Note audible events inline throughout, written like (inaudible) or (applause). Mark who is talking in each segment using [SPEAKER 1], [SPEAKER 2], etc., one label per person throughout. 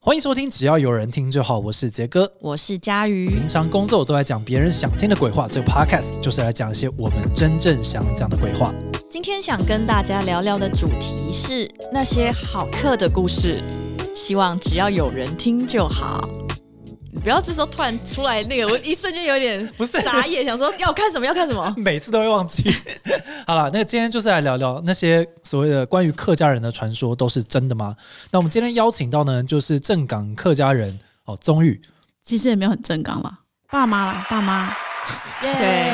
[SPEAKER 1] 欢迎收听，只要有人听就好。我是杰哥。
[SPEAKER 2] 我是佳瑜
[SPEAKER 1] 平，常工作都在讲别人想听的鬼话，这个 podcast 就是来讲一些我们真正想讲的鬼话。
[SPEAKER 2] 今天想跟大家聊聊的主题是那些好客的故事，希望只要有人听就好。你不要这时候突然出来那个，我一瞬间有 (laughs) 点
[SPEAKER 1] 不是
[SPEAKER 2] 傻眼，想说要看什么要看什么。
[SPEAKER 1] 每次都会忘记。 (laughs) 好了，那今天就是来聊聊那些所谓的关于客家人的传说都是真的吗？那我们今天邀请到呢，就是正港客家人哦，宗玉。
[SPEAKER 3] 其实也没有很正纲啦，爸妈啦，爸 (laughs) 妈，
[SPEAKER 2] 对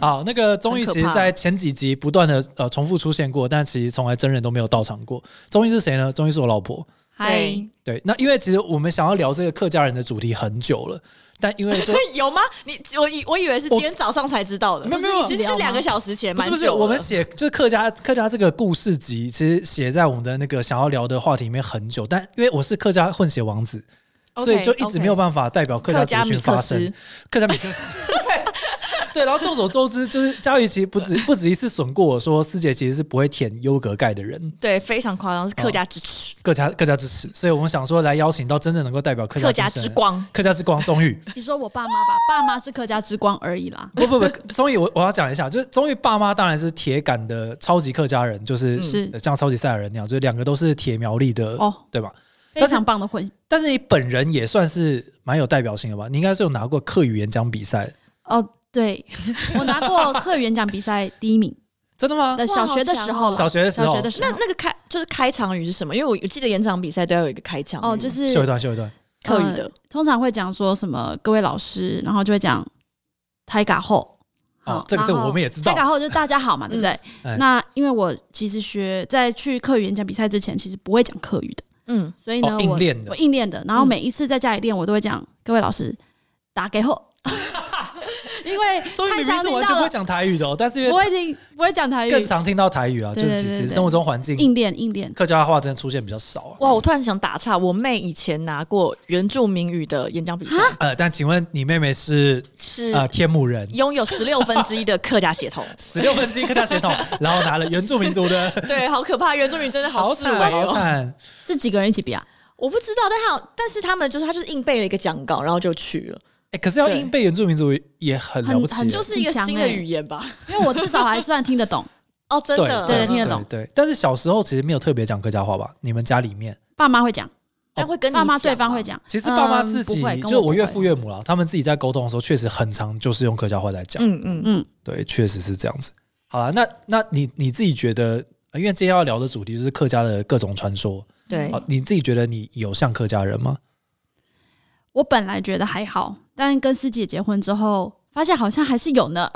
[SPEAKER 1] 好，那个宗玉
[SPEAKER 2] 很
[SPEAKER 1] 其
[SPEAKER 2] 可怕
[SPEAKER 1] 实在前几集不断的呃重复出现过，但其实从来真人都没有到场过。宗玉是谁呢？宗玉是我老婆。
[SPEAKER 3] 嗨，
[SPEAKER 1] 对，那因为其实我们想要聊这个客家人的主题很久了，但因为就
[SPEAKER 2] 有吗？你我以我以为是今天早上才知道的，
[SPEAKER 1] 没有没有
[SPEAKER 2] 不是其实就两个小时前，
[SPEAKER 1] 不
[SPEAKER 2] 蛮
[SPEAKER 1] 是
[SPEAKER 2] 久
[SPEAKER 1] 不
[SPEAKER 2] 了
[SPEAKER 1] 是，我们写就是客家客家这个故事集，其实写在我们的那个想要聊的话题里面很久，但因为我是客家混血王子，所以就一直没有办法代表客
[SPEAKER 2] 客
[SPEAKER 1] 家
[SPEAKER 2] 家
[SPEAKER 1] 族
[SPEAKER 2] 米
[SPEAKER 1] 群
[SPEAKER 2] 克
[SPEAKER 1] 发
[SPEAKER 2] 斯
[SPEAKER 1] 声。客家米克斯。
[SPEAKER 2] (laughs)
[SPEAKER 1] 对，然后众所周知，就是嘉玉其实不止不止一次损过我说，师姐其实是不会舔优格盖的人，
[SPEAKER 2] 对，非常夸张，是客家之耻，
[SPEAKER 1] 客家客家之耻，所以我们想说来邀请到真正能够代表客
[SPEAKER 2] 哦客
[SPEAKER 1] 家
[SPEAKER 2] 家
[SPEAKER 1] 精
[SPEAKER 2] 之
[SPEAKER 1] 神的
[SPEAKER 2] 光。
[SPEAKER 1] 客家之光宗玉，
[SPEAKER 3] 你说我爸妈吧，爸妈是客家之光而已啦。
[SPEAKER 1] 不不不，宗玉我我要讲一下，就是宗玉爸妈当然是铁杆的超级客家人，就是、
[SPEAKER 3] 是
[SPEAKER 1] 呃像超级赛亚人那样，就是两个都是铁苗栗的，
[SPEAKER 3] 哦，
[SPEAKER 1] 对吧？但
[SPEAKER 3] 非
[SPEAKER 1] 是
[SPEAKER 3] 常棒的混，
[SPEAKER 1] 但是你本人也算是蛮有代表性的吧？你应该是有拿过客语演讲比赛，
[SPEAKER 3] 哦， (laughs) 对我拿过客语演讲比赛第一 (laughs) 名，
[SPEAKER 1] 真的吗？
[SPEAKER 3] 的小学的时候
[SPEAKER 1] 小
[SPEAKER 3] 啦，
[SPEAKER 1] 学的时
[SPEAKER 3] 小
[SPEAKER 1] 候
[SPEAKER 3] 学，的时
[SPEAKER 2] 那
[SPEAKER 3] 候，
[SPEAKER 2] 那个开就是开场语是什么？因为我我记得演讲比赛都要有一个开场
[SPEAKER 3] 哦，
[SPEAKER 2] 语
[SPEAKER 3] 就是
[SPEAKER 1] 秀一段，秀一段。
[SPEAKER 2] 客语
[SPEAKER 3] 呃
[SPEAKER 2] 的
[SPEAKER 3] 通常会讲说什么各位老师，然后就会讲台嘎后。
[SPEAKER 1] 哦
[SPEAKER 3] 好，
[SPEAKER 1] 这个
[SPEAKER 3] 然
[SPEAKER 1] 这个
[SPEAKER 3] 后
[SPEAKER 1] 我们也知道
[SPEAKER 3] 台嘎后就是大家好嘛，对不对？
[SPEAKER 1] 哎
[SPEAKER 3] 那因为我其实学在去客语演讲比赛之前，其实不会讲客语的，
[SPEAKER 2] 嗯。
[SPEAKER 3] 所以呢，
[SPEAKER 1] 哦，硬
[SPEAKER 3] 我
[SPEAKER 1] 练的
[SPEAKER 3] 我，硬练的，然后
[SPEAKER 2] 嗯
[SPEAKER 3] 每一次在家里练，我都会讲各位老师打给后，
[SPEAKER 2] (laughs)
[SPEAKER 3] 因为
[SPEAKER 1] 宗玉
[SPEAKER 3] 太
[SPEAKER 1] 明明
[SPEAKER 3] 常
[SPEAKER 1] 是
[SPEAKER 3] 听
[SPEAKER 1] 完全
[SPEAKER 3] 到
[SPEAKER 1] 不会
[SPEAKER 3] 了，
[SPEAKER 1] 讲台语的哦，但是因
[SPEAKER 3] 不
[SPEAKER 1] 为
[SPEAKER 3] 会听不会讲台
[SPEAKER 1] 更
[SPEAKER 3] 语，
[SPEAKER 1] 常听到台语啊，就
[SPEAKER 3] 对
[SPEAKER 1] 是
[SPEAKER 3] 对
[SPEAKER 1] 其
[SPEAKER 3] 对
[SPEAKER 1] 实
[SPEAKER 3] 对
[SPEAKER 1] 生活中环境
[SPEAKER 3] 硬练硬练。
[SPEAKER 1] 客家话真的出现比较少啊。
[SPEAKER 2] 哇，我突然想打岔，我妹以前拿过原住民语的演讲比赛，
[SPEAKER 1] 呃，但请问你妹妹是
[SPEAKER 2] 是
[SPEAKER 3] 啊
[SPEAKER 1] 呃天母人？
[SPEAKER 2] 拥有十六分之一的客家
[SPEAKER 1] (laughs)
[SPEAKER 2] 血统。
[SPEAKER 1] 十六分之一客家血统，然后拿了原住民族
[SPEAKER 3] (laughs)
[SPEAKER 1] 的
[SPEAKER 2] 对，好可怕，原住民真的
[SPEAKER 1] 好
[SPEAKER 2] 示威
[SPEAKER 1] 惨，好
[SPEAKER 2] 哦。
[SPEAKER 1] 惨！
[SPEAKER 3] 是几个人一起比啊？
[SPEAKER 2] 我不知道，但他有但是他们就是他就是硬背了一个讲稿，然后就去了，
[SPEAKER 1] 哎，可是要
[SPEAKER 2] 对
[SPEAKER 1] 硬背原住民族也很欸了不起耶，
[SPEAKER 3] 很很
[SPEAKER 2] 就
[SPEAKER 3] 就是
[SPEAKER 2] 一个新的语言吧？
[SPEAKER 3] 因为我至少还算听得懂，
[SPEAKER 2] 哦，真的，
[SPEAKER 3] 对
[SPEAKER 1] 对
[SPEAKER 3] 对听得懂
[SPEAKER 1] 对。对但是小时候其实没有特别讲客家话吧？你们家里面，
[SPEAKER 3] 爸妈会讲，
[SPEAKER 2] 但会跟你
[SPEAKER 3] 爸妈
[SPEAKER 2] 讲
[SPEAKER 3] 对方
[SPEAKER 2] 吗
[SPEAKER 3] 会，讲。
[SPEAKER 1] 其实爸妈
[SPEAKER 3] 嗯
[SPEAKER 1] 自己
[SPEAKER 3] 不会，跟
[SPEAKER 1] 就是我
[SPEAKER 3] 不
[SPEAKER 1] 岳
[SPEAKER 3] 会
[SPEAKER 1] 父岳母啦，他们自己在沟通的时候，确实很常就是用客家话在讲。
[SPEAKER 2] 嗯嗯，
[SPEAKER 3] 嗯，
[SPEAKER 1] 对，确实是这样子。好了，那那你你自己觉得，呃因为今天要聊的主题就是客家的各种传说，
[SPEAKER 2] 对
[SPEAKER 3] 嗯
[SPEAKER 1] 啊，你自己觉得你有像客家人吗？
[SPEAKER 3] 我本来觉得还好，但跟师姐结婚之后，发现好像还是有呢。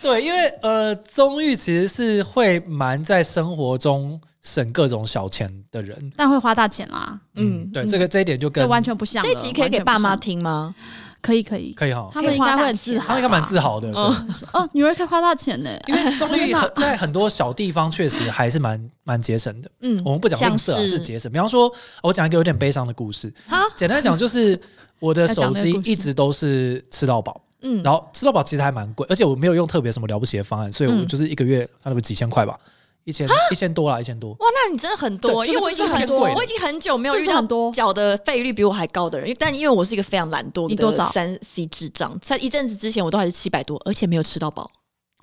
[SPEAKER 1] 对，因为呃，宗玉其实是会蛮在生活中省各种小钱的人。
[SPEAKER 3] 但会花大钱啦，
[SPEAKER 1] 嗯，
[SPEAKER 2] 嗯
[SPEAKER 1] 对，
[SPEAKER 2] 嗯
[SPEAKER 1] 这个这一点就跟
[SPEAKER 3] 这完全不像了。
[SPEAKER 2] 这集可以给
[SPEAKER 3] 完全不
[SPEAKER 2] 爸
[SPEAKER 3] 像
[SPEAKER 2] 妈，听吗？
[SPEAKER 3] 可以可以，
[SPEAKER 1] 可以哈，
[SPEAKER 3] 他们应该会很自
[SPEAKER 2] 可以花大钱
[SPEAKER 3] 豪吧，
[SPEAKER 1] 他们应该蛮自豪的。对
[SPEAKER 2] 嗯
[SPEAKER 3] 哦，女儿可以花大钱呢。
[SPEAKER 1] 因为宗玉很在很多小地方确实还是蛮蛮节省的。
[SPEAKER 2] 嗯
[SPEAKER 1] 我们不讲吝
[SPEAKER 2] 像
[SPEAKER 1] 啬啊，是节省。比方说，我讲一个有点悲伤的故事。
[SPEAKER 2] 哈，
[SPEAKER 1] 简单讲就是，我的
[SPEAKER 3] 要
[SPEAKER 1] 手
[SPEAKER 3] 讲那个
[SPEAKER 1] 机
[SPEAKER 3] 故事
[SPEAKER 1] 一直都是吃到饱，
[SPEAKER 2] 嗯，
[SPEAKER 1] 然后吃到饱其实还蛮贵，而且我没有用特别什么了不起的方案，所以我
[SPEAKER 2] 嗯
[SPEAKER 1] 就是一个月差不多几千块吧，一千一千多啦，一千多。
[SPEAKER 2] 哇，那你真的很多，
[SPEAKER 1] 对
[SPEAKER 2] 因为我已
[SPEAKER 1] 就是就
[SPEAKER 2] 经
[SPEAKER 1] 是
[SPEAKER 2] 很
[SPEAKER 1] 偏贵
[SPEAKER 2] 我已经很久没有
[SPEAKER 3] 是不
[SPEAKER 2] 遇
[SPEAKER 3] 是
[SPEAKER 2] 到
[SPEAKER 3] 很多
[SPEAKER 2] 缴的费率比我还高的人，因为但因为我是一个非常懒惰
[SPEAKER 3] 你多
[SPEAKER 2] 的
[SPEAKER 3] 少
[SPEAKER 2] 三 C 智障，在一阵子之前我都还是七百多，而且没有吃到饱。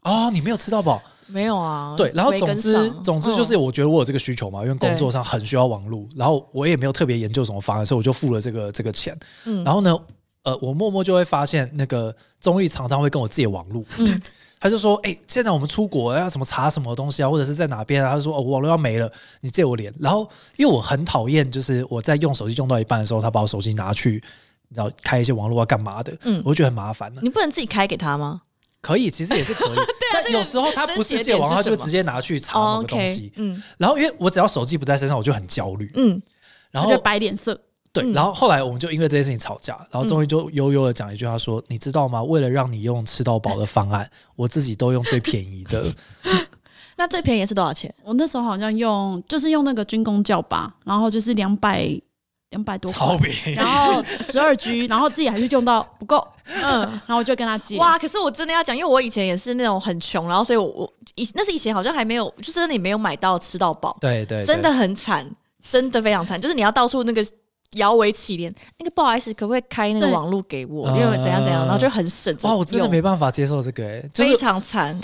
[SPEAKER 1] 哦，你没有吃到饱，
[SPEAKER 2] 没有啊，
[SPEAKER 1] 对，然后
[SPEAKER 2] 没
[SPEAKER 1] 总
[SPEAKER 2] 跟
[SPEAKER 1] 之
[SPEAKER 2] 上哦嗯
[SPEAKER 1] 总之就是，我觉得我有这个需求嘛，因为工
[SPEAKER 2] 对
[SPEAKER 1] 作上很需要网络，然后我也没有特别研究什么方案，所以我就付了这个这个钱。
[SPEAKER 2] 嗯
[SPEAKER 1] 然后呢，呃，我默默就会发现那个综艺常常会跟我借网络。(laughs)
[SPEAKER 2] 嗯
[SPEAKER 1] 他就说：“哎、现在我们出国要什么查什么东西啊，或者是在哪边啊？”他就说：“哦，我网络要没了，你借我连。”然后因为我很讨厌，就是我在用手机用到一半的时候，他把我手机拿去，你知道开一些网络要啊干嘛的，
[SPEAKER 2] 嗯
[SPEAKER 1] 我就觉得很麻烦了。
[SPEAKER 2] 你不能自己开给他吗？
[SPEAKER 1] 可以，其实也是
[SPEAKER 2] (laughs)
[SPEAKER 1] 可以，
[SPEAKER 2] 啊
[SPEAKER 1] 但有时候他不是借网，他就直接拿去查某
[SPEAKER 2] 哦
[SPEAKER 1] 个东西。
[SPEAKER 2] ，OK，嗯
[SPEAKER 1] 然后因为我只要手机不在身上，我就很焦虑。
[SPEAKER 2] 嗯，
[SPEAKER 1] 然
[SPEAKER 3] 他就
[SPEAKER 1] 后
[SPEAKER 3] 摆脸色，
[SPEAKER 1] 对，
[SPEAKER 2] 嗯
[SPEAKER 1] 然后后来我们就因为这件事情吵架，然后终于就悠悠的讲一句，他说：“你知道吗？为了让你用吃到饱的方
[SPEAKER 2] (laughs)
[SPEAKER 1] 案，我自己都用最便宜的。
[SPEAKER 2] 那最便宜是多少钱？
[SPEAKER 3] 我那时候好像用就是用那个军工教吧，然后就是两百两百多块
[SPEAKER 1] 超，便
[SPEAKER 2] (laughs)
[SPEAKER 1] 宜。
[SPEAKER 3] 然后十二 G，然后自己还是用到不够，
[SPEAKER 2] 嗯。
[SPEAKER 3] 然后我就跟他
[SPEAKER 2] (laughs)
[SPEAKER 3] 借。
[SPEAKER 2] 哇！可是我真的要讲，因为我以前也是那种很穷，然后所以我我以那是以前好像还没有，就是你没有买到吃到饱，
[SPEAKER 1] 对对，对
[SPEAKER 2] 真的很惨。真的非常惨，就是你要到处那个摇尾乞怜，那个不好意思，可不可以开那个
[SPEAKER 3] 对
[SPEAKER 2] 网络给我？
[SPEAKER 1] 嗯
[SPEAKER 2] 因为怎样怎样，然后就很省着
[SPEAKER 1] 哇，我真的
[SPEAKER 2] 用
[SPEAKER 1] 没办法接受这个、欸，就
[SPEAKER 2] 非
[SPEAKER 1] 是
[SPEAKER 2] 常惨，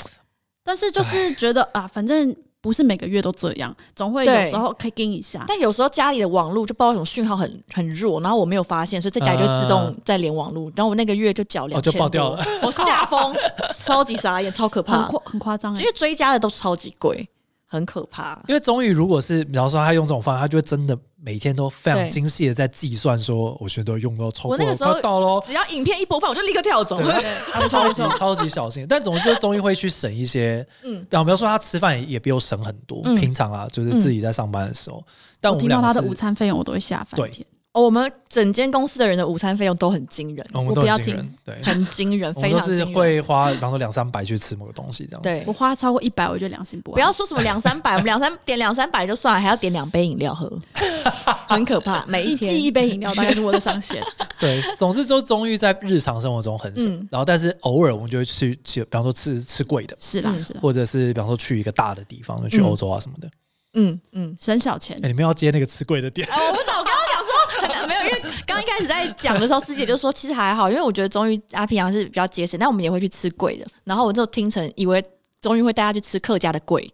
[SPEAKER 3] 但是就是觉得啊，反正不是每个月都这样，总会有
[SPEAKER 2] 对
[SPEAKER 3] 时候可以跟一下。
[SPEAKER 2] 但有时候家里的网络就不知道为什么讯号很很弱，然后我没有发现，所以在家里就自动在连网络，然后我那个月就缴
[SPEAKER 1] 啊哦
[SPEAKER 2] 两
[SPEAKER 1] 就
[SPEAKER 2] 千，
[SPEAKER 1] 爆掉了，
[SPEAKER 2] 我
[SPEAKER 1] (laughs)
[SPEAKER 2] 吓疯，超级傻眼，超可
[SPEAKER 3] 很
[SPEAKER 2] 怕，
[SPEAKER 3] 夸很夸张哎
[SPEAKER 2] 啊因，为追加的都超级贵，很可怕。
[SPEAKER 1] 因为终于如果是比方说他用这种方法，他就会真的每天都非常
[SPEAKER 2] 对
[SPEAKER 1] 精细的在计算说，我全都用到超过
[SPEAKER 2] 我那个时候
[SPEAKER 1] 快到哦喽，
[SPEAKER 2] 只要影片一播放，我就立刻跳走
[SPEAKER 1] 对，
[SPEAKER 3] 啊
[SPEAKER 1] 他他超级超级小心，但总之就是中医会去省一些，嗯
[SPEAKER 2] 嗯，
[SPEAKER 1] 比方说他吃饭也也比我省很多，
[SPEAKER 2] 嗯
[SPEAKER 1] 平常啊，就是自己在上班的时候，但
[SPEAKER 3] 嗯我
[SPEAKER 1] 们
[SPEAKER 3] 听到
[SPEAKER 1] 两个
[SPEAKER 3] 他的
[SPEAKER 1] 是，
[SPEAKER 3] 午餐费用我都会吓翻天。
[SPEAKER 2] (laughs) 我们整间公司的人的午餐费用都很惊人，
[SPEAKER 1] 我们
[SPEAKER 3] 我
[SPEAKER 1] 都
[SPEAKER 3] 不要
[SPEAKER 1] 很惊人
[SPEAKER 3] 听，
[SPEAKER 1] 对，
[SPEAKER 2] 很惊人，
[SPEAKER 1] 哦我们
[SPEAKER 2] 非
[SPEAKER 1] 都
[SPEAKER 2] 常
[SPEAKER 1] 是
[SPEAKER 2] 惊人。
[SPEAKER 1] 会花，比方说两三百去吃某个东西这样，，
[SPEAKER 2] 对
[SPEAKER 3] 我，花超过一百我就良心不安。
[SPEAKER 2] 不要说什么两三 (laughs) 百，我们两三点两三百就算了，还要点两杯饮料 (laughs) 喝，很可怕。每
[SPEAKER 3] 一
[SPEAKER 2] 一天
[SPEAKER 3] 季一杯饮料大概是我的
[SPEAKER 2] (laughs)
[SPEAKER 3] 上限。
[SPEAKER 1] 对，总之就中医在日常生活中很省，
[SPEAKER 2] 嗯
[SPEAKER 1] 然后但是偶尔我们就会去去，比方说吃吃贵的，
[SPEAKER 3] 是啊啦
[SPEAKER 2] 嗯
[SPEAKER 3] 是啦，
[SPEAKER 1] 或者是比方说去一个大的地方，去
[SPEAKER 2] 嗯
[SPEAKER 1] 欧洲啊什么的，
[SPEAKER 2] 嗯嗯。
[SPEAKER 3] 省小钱
[SPEAKER 1] 哎，你们要接那个吃贵的点，
[SPEAKER 2] 哎，
[SPEAKER 3] 哦
[SPEAKER 2] 我不知道，我刚刚讲说很难，没有，因为刚刚一开始在讲的时候，师姐就说其实还好，因为我觉得中医阿平阳是比较节省，但我们也会去吃贵的。然后我就听成以为中医会带他去吃客家的贵，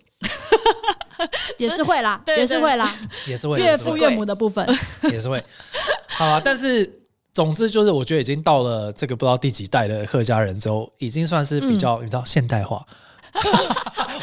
[SPEAKER 3] 也是会啦，
[SPEAKER 2] 对对
[SPEAKER 3] 也是会啦。
[SPEAKER 1] (laughs) 也是会
[SPEAKER 3] 岳
[SPEAKER 1] 也是会
[SPEAKER 3] 父岳母的
[SPEAKER 2] (laughs)
[SPEAKER 3] 部分，
[SPEAKER 1] (laughs) 也是会。好啊，但是总之就是，我觉得已经到了这个不知道第几代的客家人之后，已经算是比较、
[SPEAKER 2] 嗯
[SPEAKER 1] 你知道现代化。 (laughs)